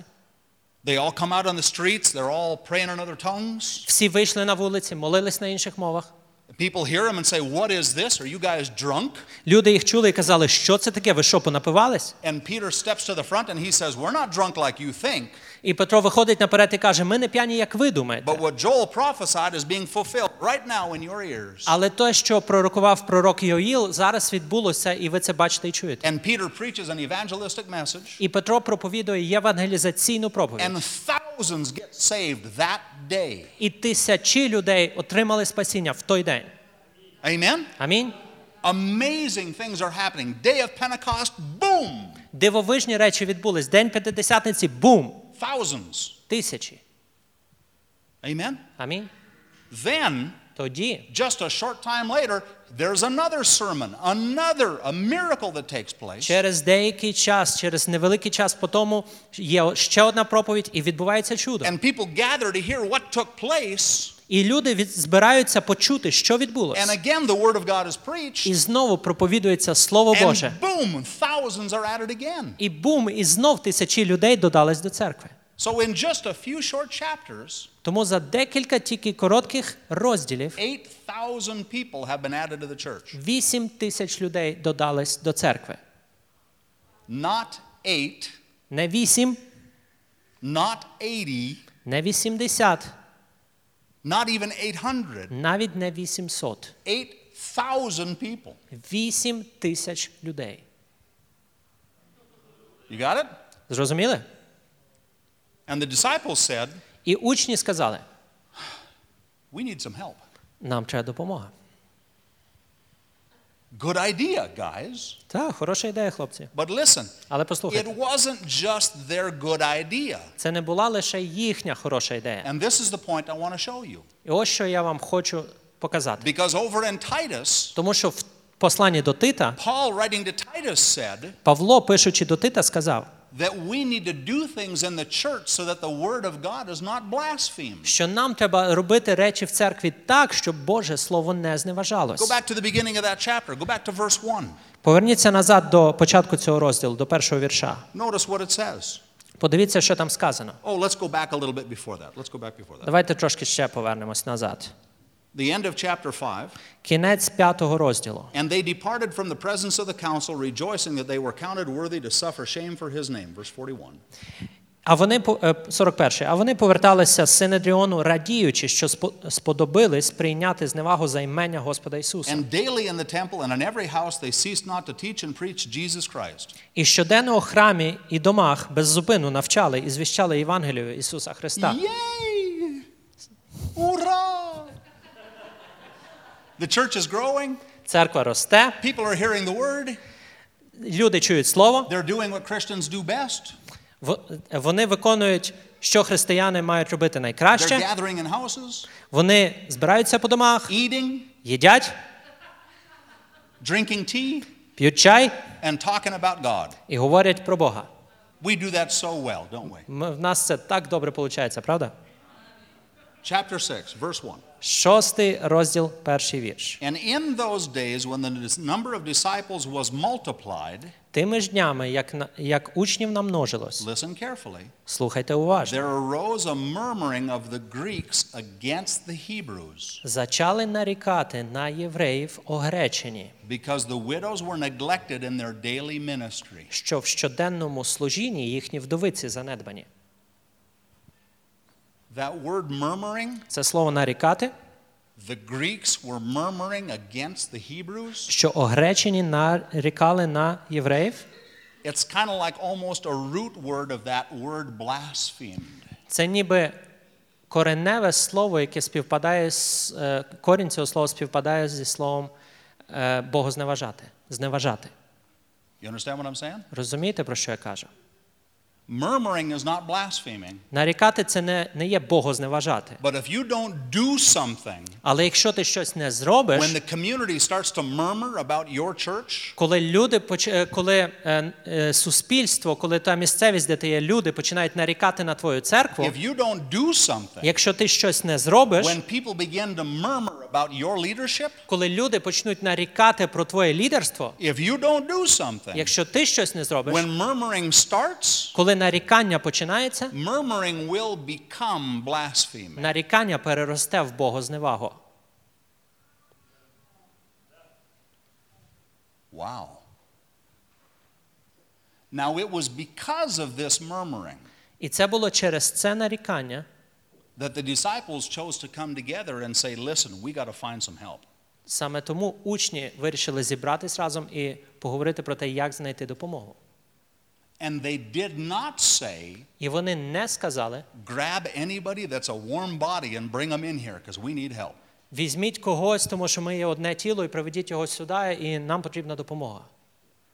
Speaker 1: they all come out on the streets, they're all praying in other tongues.
Speaker 2: Всі вийшли на вулиці, молились на інших мовах.
Speaker 1: People hear them and say, What is this? Are you guys drunk?
Speaker 2: Люди їх чули і казали, що це таке? Ви що, понапивались?
Speaker 1: And Peter steps to the front and he says, We're not drunk like you think,
Speaker 2: І Петро виходить наперед і каже: Ми не п'яні, як ви думаєте.
Speaker 1: but what Joel prophesied is being fulfilled right now in your ears.
Speaker 2: Але те, що пророкував пророк Йоїл, зараз відбулося, і ви це бачите і чуєте.
Speaker 1: And Peter preaches an evangelistic message.
Speaker 2: І Петро проповідує євангелізаційну проповідь.
Speaker 1: And thousands get saved that day.
Speaker 2: І тисячі людей отримали спасіння в той день.
Speaker 1: Amen?
Speaker 2: Амінь.
Speaker 1: Amazing things are happening. Day of Pentecost, boom!
Speaker 2: Дивовижні речі відбулись. День п'ятидесятниці, бум!
Speaker 1: Thousands.
Speaker 2: Тисячі.
Speaker 1: Amen?
Speaker 2: Амінь.
Speaker 1: Then,
Speaker 2: Тоді
Speaker 1: just a short time later, there's another sermon, another, a miracle that takes place.
Speaker 2: Через деякий час, через невеликий час по тому є ще одна проповідь, і відбувається чудо.
Speaker 1: And people gather to hear what took place.
Speaker 2: І люди від... збираються почути, що відбулося.
Speaker 1: And again, the Word of God is preached.
Speaker 2: І знову проповідується Слово Боже.
Speaker 1: And boom, thousands are added again.
Speaker 2: І бум, і знов тисячі людей додались до церкви.
Speaker 1: So, in just a few short chapters,
Speaker 2: Тому за декілька тільки коротких розділів
Speaker 1: 8,000 people have been added to the church.
Speaker 2: вісім тисяч людей додались до церкви.
Speaker 1: Not eight,
Speaker 2: Не вісім,
Speaker 1: not 80,
Speaker 2: не вісімдесят,
Speaker 1: not even 800,
Speaker 2: навіть не вісімсот.
Speaker 1: 8,000 people.
Speaker 2: Вісім тисяч людей.
Speaker 1: You got it?
Speaker 2: Зрозуміли?
Speaker 1: And the disciples said,
Speaker 2: І учні сказали:
Speaker 1: We need some help.
Speaker 2: нам треба допомога.
Speaker 1: Good idea, guys.
Speaker 2: Так, хороша ідея, хлопці.
Speaker 1: But listen,
Speaker 2: Але
Speaker 1: it
Speaker 2: послухайте,
Speaker 1: wasn't just their good idea.
Speaker 2: це не була лише їхня хороша ідея.
Speaker 1: And this is the point I want to show you.
Speaker 2: І ось що я вам хочу показати.
Speaker 1: Because over in Titus,
Speaker 2: Тому що в посланні до Тита
Speaker 1: Paul, writing to Titus, said
Speaker 2: Павло, пишучи до Тита, сказав,
Speaker 1: that we need to do things in the church so that the word of God is not blasphemed.
Speaker 2: що нам треба робити речі в церкві так, щоб Боже слово не
Speaker 1: Go
Speaker 2: зневажалось.
Speaker 1: back to the beginning of that chapter. Go back to verse 1.
Speaker 2: Поверніться назад до початку цього розділу, до першого вірша.
Speaker 1: Notice what it says.
Speaker 2: Подивіться, що там сказано.
Speaker 1: Oh, let's go back a little bit before that. Let's go back before that.
Speaker 2: Давайте трошки ще повернемось назад.
Speaker 1: The end of chapter 5.
Speaker 2: Кінець п'ятого розділу.
Speaker 1: And they departed from the presence of the council, rejoicing that they were counted worthy to suffer shame for his name. Verse 41.
Speaker 2: А вони по- е, 41. А вони поверталися з Синедріону, радіючи, що спо- сподобились прийняти зневагу за імення Господа Ісуса.
Speaker 1: And daily in the temple and in every house they ceased not to teach and preach Jesus Christ.
Speaker 2: І щоденно у храмі і домах без зупину навчали і звіщали Євангелію Ісуса Христа.
Speaker 1: Yay! Hurrah! The church is growing.
Speaker 2: Церква росте,
Speaker 1: People are hearing the word.
Speaker 2: люди чують слово,
Speaker 1: They're doing what Christians do best.
Speaker 2: в- вони виконують що християни мають робити
Speaker 1: They're
Speaker 2: найкраще.
Speaker 1: gathering in houses,
Speaker 2: Вони збираються по домах,
Speaker 1: eating,
Speaker 2: їдять,
Speaker 1: drinking tea,
Speaker 2: п'ють чай
Speaker 1: and talking about God.
Speaker 2: і говорять про Бога.
Speaker 1: We do that so well, don't we?
Speaker 2: Ми- В нас це так добре виходить, правда?
Speaker 1: Chapter 6, verse 1.
Speaker 2: Шостий розділ, перший вірш.
Speaker 1: And in those days, when the dis- number of disciples was multiplied,
Speaker 2: Тими ж днями, як, на- як учнів намножилось,
Speaker 1: listen carefully,
Speaker 2: слухайте уважно.
Speaker 1: there arose a murmuring of the Greeks against the Hebrews,
Speaker 2: Зачали нарікати на євреїв огречені,
Speaker 1: because the widows were neglected in their daily ministry.
Speaker 2: що в щоденному служінні їхні вдовиці занедбані.
Speaker 1: That word murmuring,
Speaker 2: Це слово нарікати,
Speaker 1: the Greeks were murmuring against the Hebrews.
Speaker 2: що огречені нарікали на євреїв.
Speaker 1: It's kind of like almost a root word of that word blasphemed.
Speaker 2: Це ніби кореневе слово, яке співпадає з е, корінь цього слова співпадає зі словом е, богозневажати, зневажати.
Speaker 1: You understand what I'm saying?
Speaker 2: Розумієте, про що я кажу?
Speaker 1: Murmuring is not blaspheming,
Speaker 2: Нарікати це не, не є богозневажати.
Speaker 1: but if you don't do something,
Speaker 2: Але якщо ти щось не
Speaker 1: when
Speaker 2: зробиш,
Speaker 1: the community starts to murmur about your church,
Speaker 2: коли люди поч- е, коли е, е, суспільство, коли та місцевість, де ти є, люди починають нарікати на твою церкву.
Speaker 1: if you don't do something,
Speaker 2: Якщо ти щось не зробиш,
Speaker 1: when people begin to murmur about your leadership,
Speaker 2: коли люди почнуть нарікати про твоє лідерство,
Speaker 1: if you don't do something,
Speaker 2: якщо ти щось не зробиш,
Speaker 1: when murmuring starts,
Speaker 2: коли нарікання починається,
Speaker 1: murmuring will become blasphemy.
Speaker 2: нарікання переросте в богозневагу.
Speaker 1: Wow. Now, it was because of this murmuring
Speaker 2: І це було через це нарікання,
Speaker 1: that the disciples chose to come together and say, listen, we got to find some help.
Speaker 2: саме тому учні вирішили зібратись разом і поговорити про те, як знайти допомогу.
Speaker 1: And they did not say,
Speaker 2: І вони не сказали:
Speaker 1: grab anybody that's a warm body and bring them in here because we need help.
Speaker 2: візьміть когось, тому що ми є одне тіло, і приведіть його сюди, і нам потрібна допомога.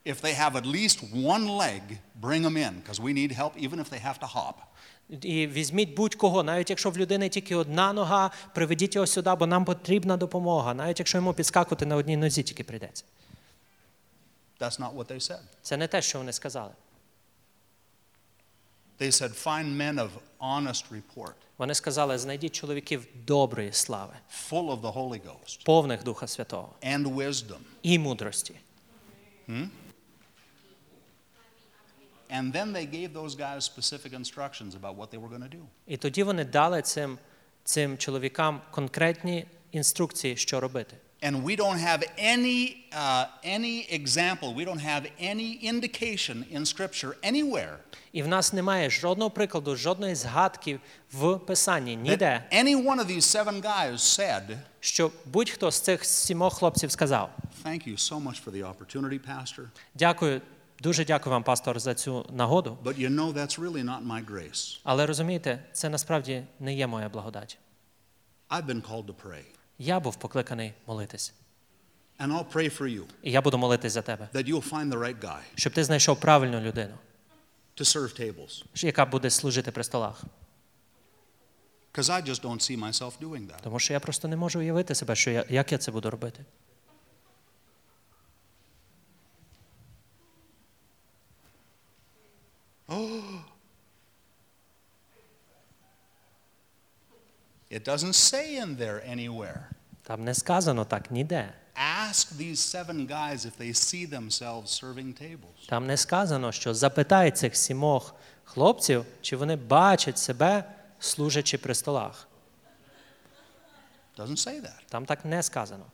Speaker 1: If they have at least one leg, bring them in because we need help even if they have to hop.
Speaker 2: І візьміть будь-кого, навіть якщо в людини тільки одна нога, приведіть його сюди, бо нам потрібна допомога, навіть якщо йому підскакувати на одній нозі тільки прийдеться.
Speaker 1: That's not what they said.
Speaker 2: Це не те, що вони сказали.
Speaker 1: They said, find men of honest report,
Speaker 2: Вони сказали: знайдіть чоловіків доброї слави,
Speaker 1: full of the Holy Ghost
Speaker 2: повних Духа Святого
Speaker 1: and wisdom.
Speaker 2: і мудрості.
Speaker 1: And then they gave those guys specific instructions about what they were going to do.
Speaker 2: І тоді вони дали цим, цим чоловікам конкретні інструкції, що робити.
Speaker 1: And we don't have any, uh, any example, we don't have any indication in Scripture anywhere
Speaker 2: І в нас немає жодного прикладу, жодної згадки в писанні
Speaker 1: that
Speaker 2: ніде,
Speaker 1: any one of these seven guys said,
Speaker 2: що будь-хто з цих сімох хлопців сказав:
Speaker 1: Thank you so much for the opportunity, Pastor,
Speaker 2: Дякую, дуже дякую вам, пастор, за цю нагоду.
Speaker 1: but you know that's really not my grace.
Speaker 2: Але розумієте, це насправді не є моя благодать.
Speaker 1: I've been called to pray,
Speaker 2: Я був покликаний молитись,
Speaker 1: and I'll pray for you
Speaker 2: і я буду молитись за тебе,
Speaker 1: that you'll find the right guy
Speaker 2: щоб ти знайшов правильну людину,
Speaker 1: to serve tables,
Speaker 2: яка буде служити при столах.
Speaker 1: because I just don't see myself doing that.
Speaker 2: Тому що я просто не можу уявити себе, що я, як я це буду робити.
Speaker 1: It doesn't say in there anywhere.
Speaker 2: Там не сказано так ніде.
Speaker 1: Ask these seven guys if they see themselves serving tables.
Speaker 2: Там не сказано, що запитай цих сімох хлопців, чи вони бачать себе служачи при столах.
Speaker 1: Doesn't say that.
Speaker 2: Там так не сказано.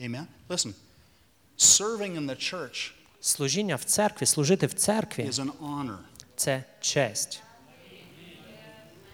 Speaker 1: Amen. Listen, serving in the church
Speaker 2: Служіння в церкві, служити в церкві
Speaker 1: is an honor.
Speaker 2: це честь.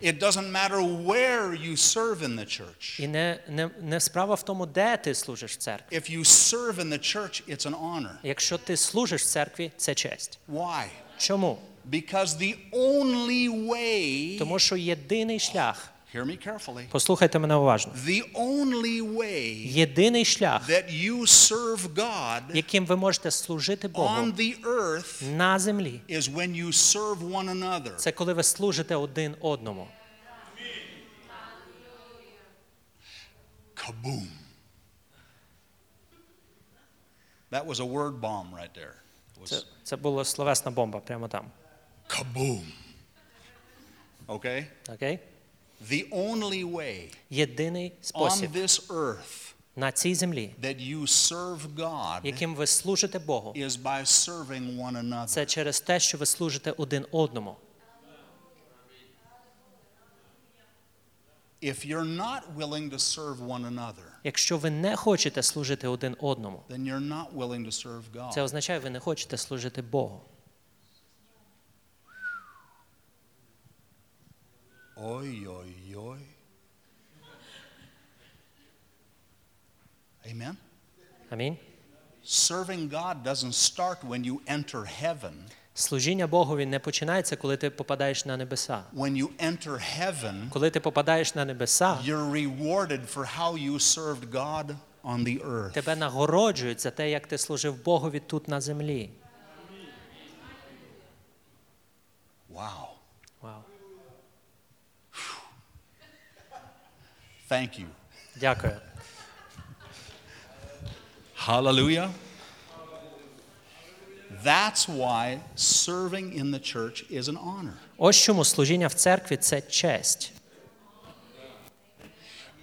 Speaker 1: It doesn't matter where you serve in the church.
Speaker 2: І не, не, не справа в тому, де ти служиш в церкві.
Speaker 1: If you serve in the church, it's an honor.
Speaker 2: Якщо ти служиш в церкві, це честь.
Speaker 1: Why?
Speaker 2: Чому?
Speaker 1: Because the only way
Speaker 2: Тому що єдиний шлях
Speaker 1: Hear me carefully.
Speaker 2: Послухайте мене уважно.
Speaker 1: The only way
Speaker 2: Єдиний шлях,
Speaker 1: that you serve God
Speaker 2: яким ви можете служити Богу
Speaker 1: on the earth
Speaker 2: на землі,
Speaker 1: is when you serve one another.
Speaker 2: це коли ви служите один одному.
Speaker 1: Kaboom. That was a word bomb right there. It
Speaker 2: Це,
Speaker 1: was
Speaker 2: це була словесна бомба прямо там.
Speaker 1: kaboom. Okay?
Speaker 2: Окей?
Speaker 1: The only way
Speaker 2: Єдиний
Speaker 1: on
Speaker 2: спосіб
Speaker 1: this earth
Speaker 2: на цій землі,
Speaker 1: that you serve God
Speaker 2: яким ви служите Богу,
Speaker 1: is by serving one another.
Speaker 2: це через те, що ви служите один одному.
Speaker 1: If you're not willing to serve one another,
Speaker 2: Якщо ви не хочете служити один одному,
Speaker 1: then you're not willing to serve God.
Speaker 2: це означає, ви не хочете служити Богу.
Speaker 1: Oi, oi, oi. Amen?
Speaker 2: Амінь.
Speaker 1: Serving God doesn't start when you enter heaven.
Speaker 2: Служіння Богові не починається, коли ти попадаєш на небеса.
Speaker 1: When you enter heaven,
Speaker 2: Коли ти попадаєш на небеса,
Speaker 1: you're rewarded for how you served God on the earth.
Speaker 2: тебе нагороджують за те, як ти служив Богові тут на землі.
Speaker 1: Wow.
Speaker 2: Вау.
Speaker 1: Thank you.
Speaker 2: Дякую.
Speaker 1: Hallelujah. That's why serving in the church is an honor.
Speaker 2: Ось чому служіння в церкві це честь.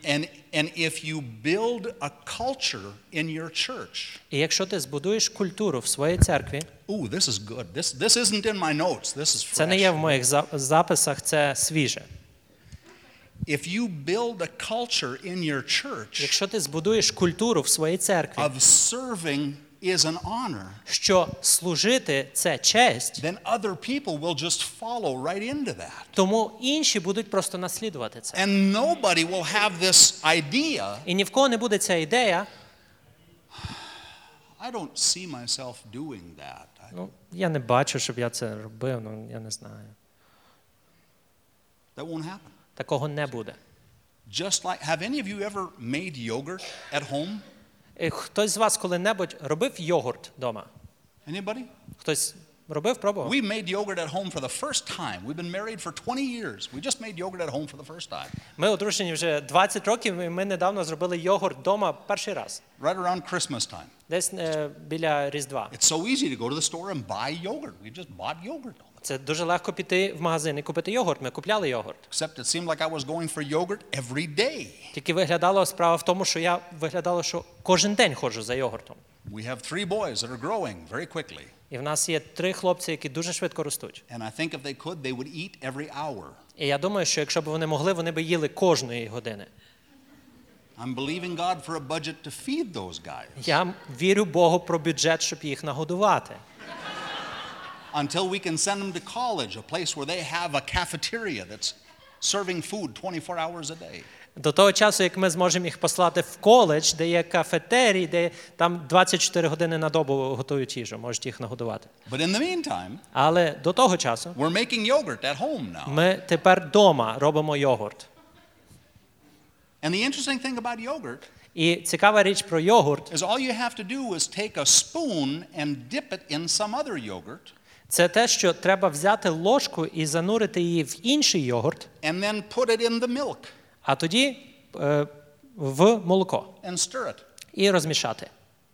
Speaker 1: And, and if you build a culture in your church,
Speaker 2: І якщо ти збудуєш культуру в своїй церкві,
Speaker 1: ooh, this is good. This, this isn't in my notes. This is
Speaker 2: це не є
Speaker 1: fresh.
Speaker 2: в моїх за- записах, це свіже.
Speaker 1: If you build a culture in your church
Speaker 2: Якщо ти збудуєш культуру в своїй церкві,
Speaker 1: of serving is an honor,
Speaker 2: що служити це честь,
Speaker 1: then other people will just follow right into that.
Speaker 2: тому інші будуть просто наслідувати це.
Speaker 1: And nobody will have this idea
Speaker 2: І ні в кого не буде ця ідея.
Speaker 1: I don't see myself doing that. I-
Speaker 2: Ну, я не бачу, щоб я це робив, ну я не знаю.
Speaker 1: That won't happen.
Speaker 2: Такого не буде.
Speaker 1: Just like, have any of you ever made yogurt at home?
Speaker 2: Е, Хтось з вас коли-небудь робив йогурт вдома?
Speaker 1: Anybody?
Speaker 2: Хтось робив, пробував?
Speaker 1: We made yogurt at home for the first time. We've been married for 20 years. We just made yogurt at home for the first time,
Speaker 2: Ми одружені вже 20 років, і ми недавно зробили йогурт вдома перший раз,
Speaker 1: right around Christmas time.
Speaker 2: десь е, біля Різдва.
Speaker 1: It's so easy to go to the store and buy yogurt. We just bought yogurt.
Speaker 2: Це дуже легко піти в магазин і купити йогурт. Ми купляли йогурт.
Speaker 1: Except it seemed like I was going for yogurt every day.
Speaker 2: Тільки виглядало справа в тому, що я виглядало, що кожен день ходжу за йогуртом.
Speaker 1: We have three boys that are growing very quickly.
Speaker 2: І в нас є три хлопці, які дуже швидко ростуть.
Speaker 1: And I think if they could, they would eat every hour.
Speaker 2: І я думаю, що якщо б вони могли, вони б їли кожної години.
Speaker 1: I'm believing God for a budget to feed those guys
Speaker 2: Я вірю Богу про бюджет, щоб їх нагодувати.
Speaker 1: until we can send them to college, a place where they have a cafeteria that's serving food 24 hours a day.
Speaker 2: До того часу, як ми зможемо їх послати в коледж, де є кафетерій, де там 24 години на добу готують їжу, можуть їх нагодувати.
Speaker 1: But in the meantime,
Speaker 2: Але до того часу
Speaker 1: we're making yogurt at home now.
Speaker 2: ми тепер вдома робимо йогурт.
Speaker 1: And the interesting thing about yogurt
Speaker 2: І цікава річ про йогурт
Speaker 1: is all you have to do is take a spoon and dip it in some other yogurt
Speaker 2: це те, що треба взяти ложку і занурити її в інший йогурт,
Speaker 1: and then put it in the milk
Speaker 2: а тоді е, в молоко
Speaker 1: and stir it.
Speaker 2: і розмішати.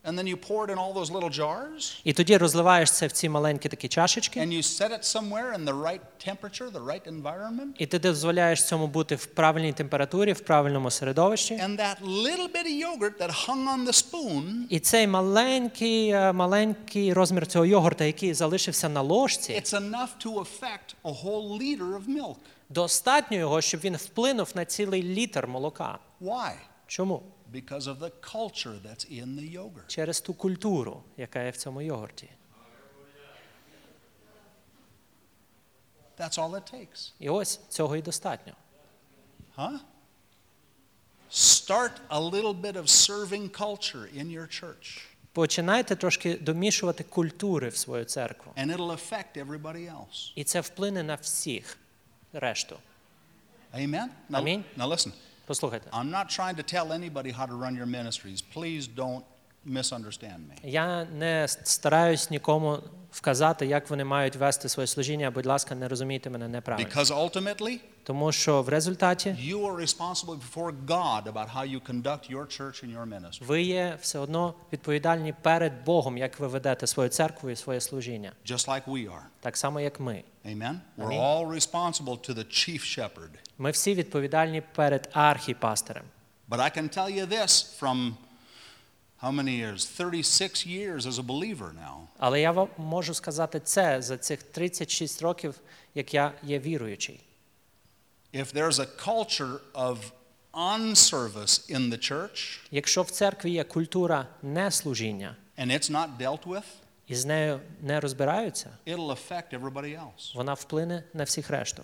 Speaker 1: And then you pour it in all those little jars
Speaker 2: І тоді розливаєш це в ці маленькі такі чашечки,
Speaker 1: and you set it somewhere in the right temperature, the right environment.
Speaker 2: і ти дозволяєш цьому бути в правильній температурі, в правильному середовищі.
Speaker 1: And that little bit of yogurt that hung on the spoon,
Speaker 2: І цей маленький, е, маленький розмір цього йогурта, який залишився на ложці,
Speaker 1: it's enough to affect a whole liter of milk.
Speaker 2: достатньо його, щоб він вплинув на цілий літр молока.
Speaker 1: Why?
Speaker 2: Чому?
Speaker 1: Because of the culture that's in the yogurt.
Speaker 2: Через ту культуру, яка є в цьому йогурті.
Speaker 1: That's all it takes.
Speaker 2: І ось цього і достатньо.
Speaker 1: Huh? Start a little bit of serving culture in your church,
Speaker 2: Починайте трошки домішувати культури в свою церкву.
Speaker 1: and it'll affect everybody else.
Speaker 2: І це вплине на всіх решту.
Speaker 1: Amen? Now,
Speaker 2: Amen.
Speaker 1: Now listen,
Speaker 2: Послухайте,
Speaker 1: I'm not trying to tell anybody how to run your ministries. Please don't misunderstand me.
Speaker 2: я не с- стараюсь нікому вказати, як вони мають вести своє служіння. Будь ласка, не розумійте мене неправильно.
Speaker 1: Because ultimately,
Speaker 2: Тому що в результаті
Speaker 1: you are responsible before God about how you conduct your church and your ministry.
Speaker 2: ви є все одно відповідальні перед Богом, як ви ведете свою церкву і своє служіння,
Speaker 1: Just like we are.
Speaker 2: так само як ми.
Speaker 1: Amen? We're
Speaker 2: Amen.
Speaker 1: all responsible to the chief shepherd.
Speaker 2: Ми всі відповідальні перед архіпастерем.
Speaker 1: But I can tell you this from how many years? 36 years as a believer now.
Speaker 2: Але я вам можу сказати це за цих 36 років, як я є віруючий.
Speaker 1: If there's a culture of unservice in the church
Speaker 2: Якщо в церкві є культура неслужіння
Speaker 1: and it's not dealt with,
Speaker 2: і з нею не розбираються,
Speaker 1: it'll affect everybody else.
Speaker 2: вона вплине на всіх решту.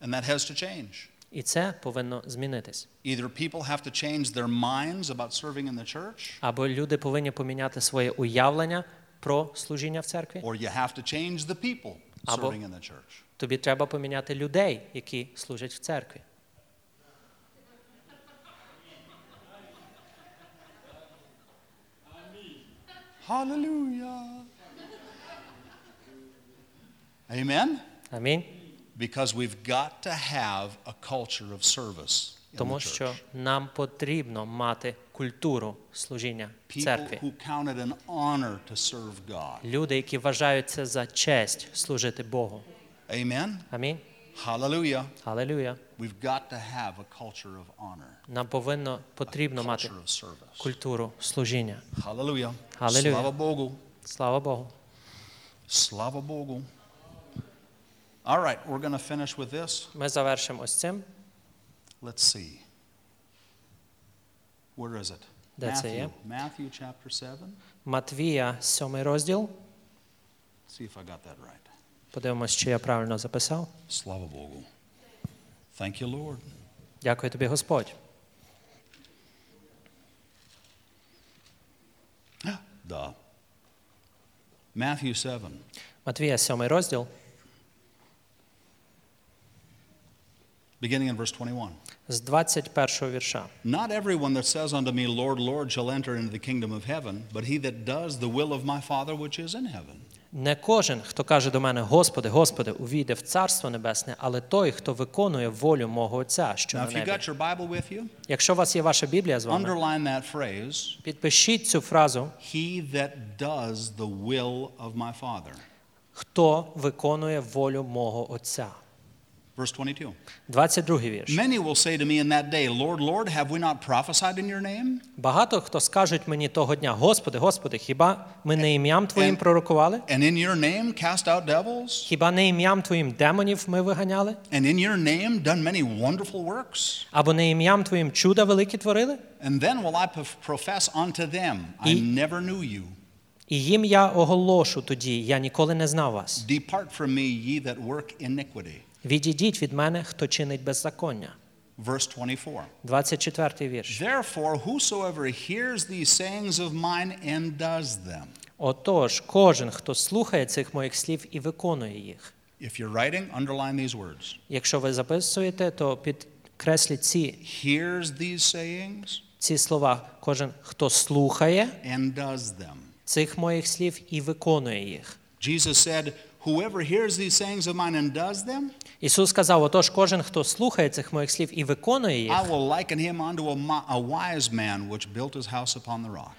Speaker 1: And that has to change.
Speaker 2: І це повинно змінитись.
Speaker 1: Either people have to change their minds about serving in the church,
Speaker 2: Або люди повинні поміняти своє уявлення про служіння в церкві.
Speaker 1: or you have to change the people
Speaker 2: Або-
Speaker 1: serving in the church.
Speaker 2: Тобі треба поміняти людей, які служать в церкві.
Speaker 1: Hallelujah. Amen?
Speaker 2: Амінь.
Speaker 1: Because we've got to have a culture of service in the
Speaker 2: Тому
Speaker 1: church.
Speaker 2: що нам потрібно мати культуру служіння в
Speaker 1: People
Speaker 2: церкві.
Speaker 1: who count it an honor to serve God.
Speaker 2: Люди, які вважають це за честь служити Богу.
Speaker 1: Amen?
Speaker 2: Амінь.
Speaker 1: Hallelujah.
Speaker 2: Алелюя.
Speaker 1: We've got to have a culture of honor,
Speaker 2: Нам повинно потрібно мати
Speaker 1: culture of service.
Speaker 2: культуру служіння.
Speaker 1: Hallelujah.
Speaker 2: Hallelujah.
Speaker 1: Slava Bogu.
Speaker 2: Слава Богу.
Speaker 1: Slava Bogu. All right, we're going to finish with this.
Speaker 2: Ми завершимо ось цим.
Speaker 1: Let's see. Where is it?
Speaker 2: That's it,
Speaker 1: Matthew.
Speaker 2: yeah.
Speaker 1: Matthew chapter 7.
Speaker 2: Матвія, сьомий розділ.
Speaker 1: See if I got that right.
Speaker 2: Подивимось, чи я правильно записав.
Speaker 1: Slava Bogu. Thank you, Lord.
Speaker 2: Дякую тобі, Господь.
Speaker 1: Duh. Matthew 7.
Speaker 2: Матвія, сьомий розділ,
Speaker 1: Beginning in verse 21.
Speaker 2: з 21 вірша.
Speaker 1: Not everyone that says unto me, Lord, Lord, shall enter into the kingdom of heaven, but he that does the will of my Father which is in heaven.
Speaker 2: Не кожен, хто каже до мене, Господи, Господи, увійде в Царство Небесне, але той, хто виконує волю мого Отця, що
Speaker 1: Now,
Speaker 2: на
Speaker 1: if you
Speaker 2: небі.
Speaker 1: got your Bible with you,
Speaker 2: Якщо у вас є ваша Біблія з вами,
Speaker 1: underline that phrase,
Speaker 2: підпишіть цю фразу,
Speaker 1: he that does the will of my Father.
Speaker 2: хто виконує волю мого Отця.
Speaker 1: Verse 22.
Speaker 2: 22 вірш.
Speaker 1: Many will say to me in that day, Lord, Lord, have we not prophesied in your name?
Speaker 2: Багато хто скажуть мені того дня: Господи, Господи, хіба ми
Speaker 1: Е,
Speaker 2: не ім'ям Твоїм
Speaker 1: And-
Speaker 2: пророкували?
Speaker 1: And in your name cast out devils?
Speaker 2: Хіба не ім'ям Твоїм демонів ми виганяли?
Speaker 1: And in your name done many wonderful works?
Speaker 2: Або не ім'ям Твоїм чуда великі творили?
Speaker 1: And then will I prof- profess unto them, I
Speaker 2: E-
Speaker 1: never knew you.
Speaker 2: І їм я оголошу тоді, я ніколи не знав вас.
Speaker 1: Depart from me, ye that work iniquity.
Speaker 2: Відійдіть від мене, хто чинить беззаконня.
Speaker 1: Verse 24.
Speaker 2: 24 вірш.
Speaker 1: Therefore, whosoever hears these sayings of mine and does them.
Speaker 2: Отож, кожен, хто слухає цих моїх слів і виконує їх.
Speaker 1: If you're writing, underline these words.
Speaker 2: Якщо ви записуєте, то підкресліть ці,
Speaker 1: Hears these sayings
Speaker 2: ці слова. Кожен, хто слухає
Speaker 1: and does them.
Speaker 2: цих моїх слів і виконує їх.
Speaker 1: Jesus said, Whoever hears these sayings of mine and does them,
Speaker 2: Ісус сказав: Отож, кожен, хто слухає цих моїх слів і виконує їх,
Speaker 1: I will liken him unto a, mi- a wise man which built his house upon the rock.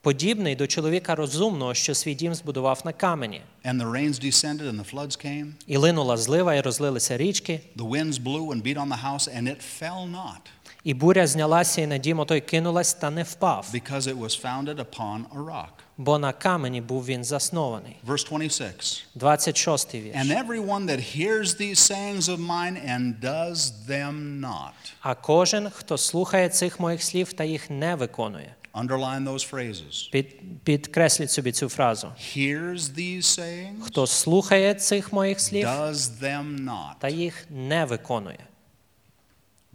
Speaker 2: подібний до чоловіка розумного, що свій дім збудував на камені.
Speaker 1: And the rains descended, and the floods came.
Speaker 2: І линула злива, і розлилися річки,
Speaker 1: The winds blew and beat on the house, and it fell not,
Speaker 2: і буря знялася, і на дім отой кинулась та не впав.
Speaker 1: because it was founded upon a rock.
Speaker 2: бо на камені був він заснований.
Speaker 1: Verse 26.
Speaker 2: 26
Speaker 1: And
Speaker 2: вірш.
Speaker 1: everyone that hears these sayings of mine and does them not.
Speaker 2: А кожен, хто слухає цих моїх слів та їх не виконує,
Speaker 1: Underline those phrases.
Speaker 2: під, підкресліть собі цю фразу.
Speaker 1: Hears these sayings,
Speaker 2: Хто слухає цих моїх слів
Speaker 1: does them not.
Speaker 2: та їх не виконує.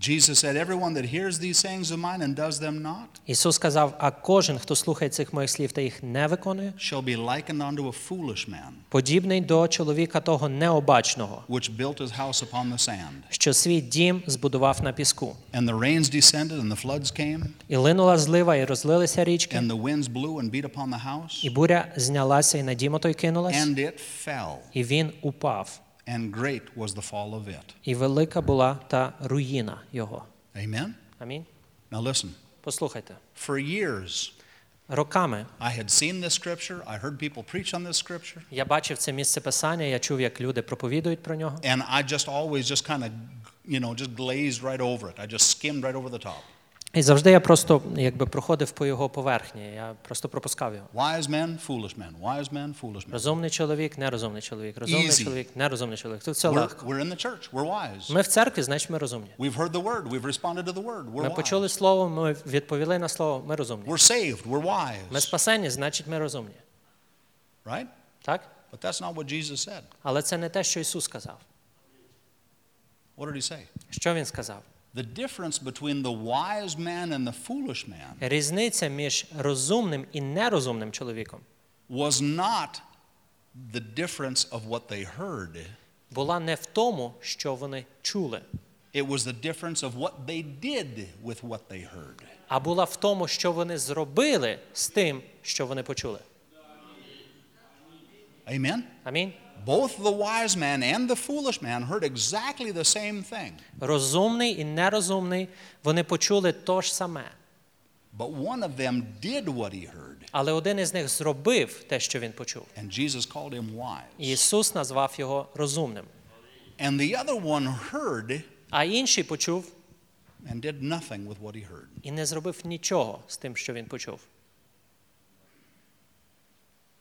Speaker 1: Jesus said, Everyone that hears these sayings of mine and does them not
Speaker 2: Ісус сказав: а кожен, хто слухає цих моїх слів та їх не виконує,
Speaker 1: shall be likened unto a foolish man,
Speaker 2: подібний до чоловіка того необачного,
Speaker 1: which built his house upon the sand.
Speaker 2: що свій дім збудував на піску.
Speaker 1: And the rains descended, and the floods came,
Speaker 2: І линула злива, і розлилися річки,
Speaker 1: and the winds blew and beat upon the house,
Speaker 2: і буря знялася, і на дім той кинулась,
Speaker 1: and it fell,
Speaker 2: і він упав.
Speaker 1: and great was the fall of it.
Speaker 2: І велика була та руїна його.
Speaker 1: Amen?
Speaker 2: Амінь.
Speaker 1: Now listen,
Speaker 2: Послухайте,
Speaker 1: for years
Speaker 2: роками
Speaker 1: I had seen this scripture, I heard people preach on this scripture,
Speaker 2: я бачив це місце писання, я чув, як люди проповідують про нього.
Speaker 1: and I just always just kind of, you know, just glazed right over it. I just skimmed right over the top.
Speaker 2: І завжди я просто якби проходив по його поверхні. Я просто пропускав його.
Speaker 1: Wise men, foolish men, wise men, foolish men.
Speaker 2: Розумний чоловік, нерозумний чоловік, розумний
Speaker 1: Easy.
Speaker 2: чоловік, нерозумний чоловік. Тут все
Speaker 1: We're,
Speaker 2: легко.
Speaker 1: we're in the church, we're wise.
Speaker 2: Ми в церкві, значить, ми розумні.
Speaker 1: We've heard the word, we've responded to the word, we're
Speaker 2: Ми
Speaker 1: wise.
Speaker 2: почули слово, ми відповіли на слово, ми розумні.
Speaker 1: We're saved, we're
Speaker 2: Ми
Speaker 1: wise.
Speaker 2: спасені, значить, ми розумні.
Speaker 1: Right?
Speaker 2: Так?
Speaker 1: But that's not what Jesus said.
Speaker 2: Але це не те, що Ісус сказав.
Speaker 1: What did he say?
Speaker 2: Що Він сказав?
Speaker 1: The difference between the wise man and the foolish man
Speaker 2: Різниця між розумним і нерозумним чоловіком
Speaker 1: was not the difference of what they heard,
Speaker 2: була не в тому, що вони чули,
Speaker 1: it was the difference of what they did with what they heard.
Speaker 2: а була в тому, що вони зробили з тим, що вони почули.
Speaker 1: Amen?
Speaker 2: Амінь.
Speaker 1: Both the wise man and the foolish man heard exactly the same thing,
Speaker 2: Розумний і нерозумний вони почули то ж саме,
Speaker 1: but one of them did what he heard,
Speaker 2: але один із них зробив те, що він почув.
Speaker 1: and Jesus called him wise.
Speaker 2: І Ісус назвав його розумним,
Speaker 1: And the other one heard
Speaker 2: а інший почув
Speaker 1: and did nothing with what he heard.
Speaker 2: і не зробив нічого з тим, що він почув.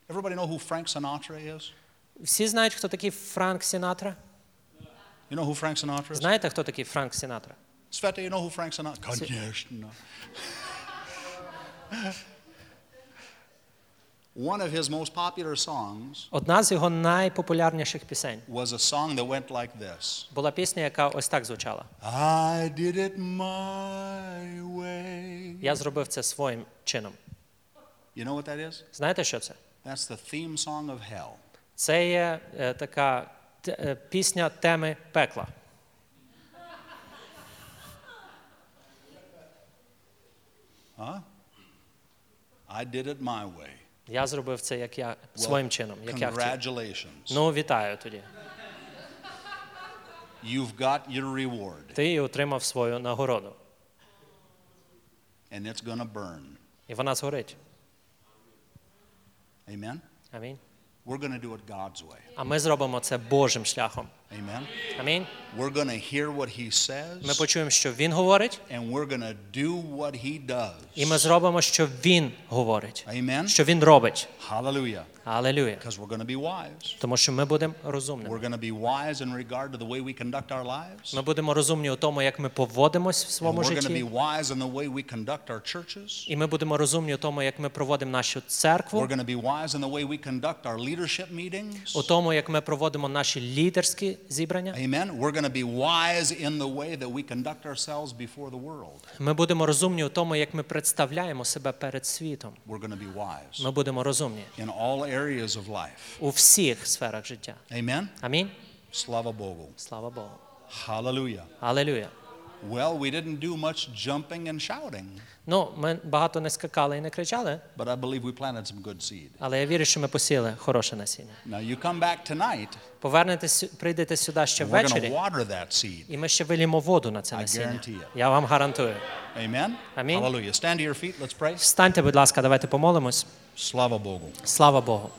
Speaker 1: Everybody know who Frank Sinatra is?
Speaker 2: Всі знають, хто такий Франк Сінатра?
Speaker 1: You know who Frank Sinatra is?
Speaker 2: Знаєте, хто такий Франк Сінатра?
Speaker 1: Sveta, you know who Frank Sinatra is? Конечно. One of his most popular songs
Speaker 2: Одна з його найпопулярніших пісень
Speaker 1: was a song that went like this
Speaker 2: була пісня, яка ось так звучала:
Speaker 1: I did it my way.
Speaker 2: Я зробив це своїм чином.
Speaker 1: You know what that is?
Speaker 2: Знаєте, що це?
Speaker 1: That's the theme song of hell.
Speaker 2: Це є е, така т- е, пісня теми пекла.
Speaker 1: I did it my way.
Speaker 2: Я зробив це як я
Speaker 1: Well,
Speaker 2: своїм чином, як я хотів.
Speaker 1: congratulations.
Speaker 2: Ну, вітаю тоді.
Speaker 1: You've got your reward,
Speaker 2: Ти і отримав свою нагороду,
Speaker 1: and it's going to burn.
Speaker 2: і вона згорить.
Speaker 1: Amen?
Speaker 2: Амінь.
Speaker 1: We're going to do it God's way.
Speaker 2: А ми зробимо це Божим шляхом.
Speaker 1: Amen?
Speaker 2: Амінь.
Speaker 1: We're going to hear what He
Speaker 2: Ми
Speaker 1: says,
Speaker 2: почуємо, що він говорить,
Speaker 1: and we're going to do what He
Speaker 2: і ми
Speaker 1: does.
Speaker 2: зробимо, що він говорить,
Speaker 1: Amen?
Speaker 2: що він робить.
Speaker 1: Hallelujah.
Speaker 2: Алелюя.
Speaker 1: Because we're going to be wise.
Speaker 2: Тому що ми будемо
Speaker 1: We're
Speaker 2: розумними.
Speaker 1: going to be wise in regard to the way we conduct our lives.
Speaker 2: Ми будемо розумні у тому, як ми поводимось в
Speaker 1: And
Speaker 2: своєму
Speaker 1: we're going to be
Speaker 2: житті,
Speaker 1: wise in the way we conduct our churches.
Speaker 2: і ми будемо розумні у тому, як ми проводимо нашу
Speaker 1: We're
Speaker 2: церкву,
Speaker 1: going to be wise in the way we conduct our leadership meetings.
Speaker 2: у тому, як ми проводимо наші лідерські зібрання.
Speaker 1: Amen. We're going to be wise in the way that we conduct ourselves before the world.
Speaker 2: Ми будемо розумні у тому, як ми представляємо себе перед світом.
Speaker 1: We're going to be wise
Speaker 2: Ми будемо розумні
Speaker 1: in all areas of life.
Speaker 2: у всіх сферах життя.
Speaker 1: Amen.
Speaker 2: Амінь.
Speaker 1: Slava Bogu.
Speaker 2: Слава Богу.
Speaker 1: Hallelujah.
Speaker 2: Алелюя.
Speaker 1: Well, we didn't do much jumping and shouting,
Speaker 2: Ну, ми багато не скакали і не кричали,
Speaker 1: but I believe we planted some good seed.
Speaker 2: але я вірю, що ми посіли хороше насіння.
Speaker 1: Now, you come back tonight,
Speaker 2: Повернетесь, сю- прийдете сюди ще
Speaker 1: and we're going to
Speaker 2: ввечері,
Speaker 1: water that seed.
Speaker 2: і ми ще вилімо воду на це
Speaker 1: I
Speaker 2: насіння.
Speaker 1: guarantee it.
Speaker 2: Я вам гарантую.
Speaker 1: Amen.
Speaker 2: Amen.
Speaker 1: Hallelujah. Stand to your feet. Let's pray.
Speaker 2: Встаньте, будь ласка, давайте помолимось.
Speaker 1: Slava Bogu.
Speaker 2: Слава Богу.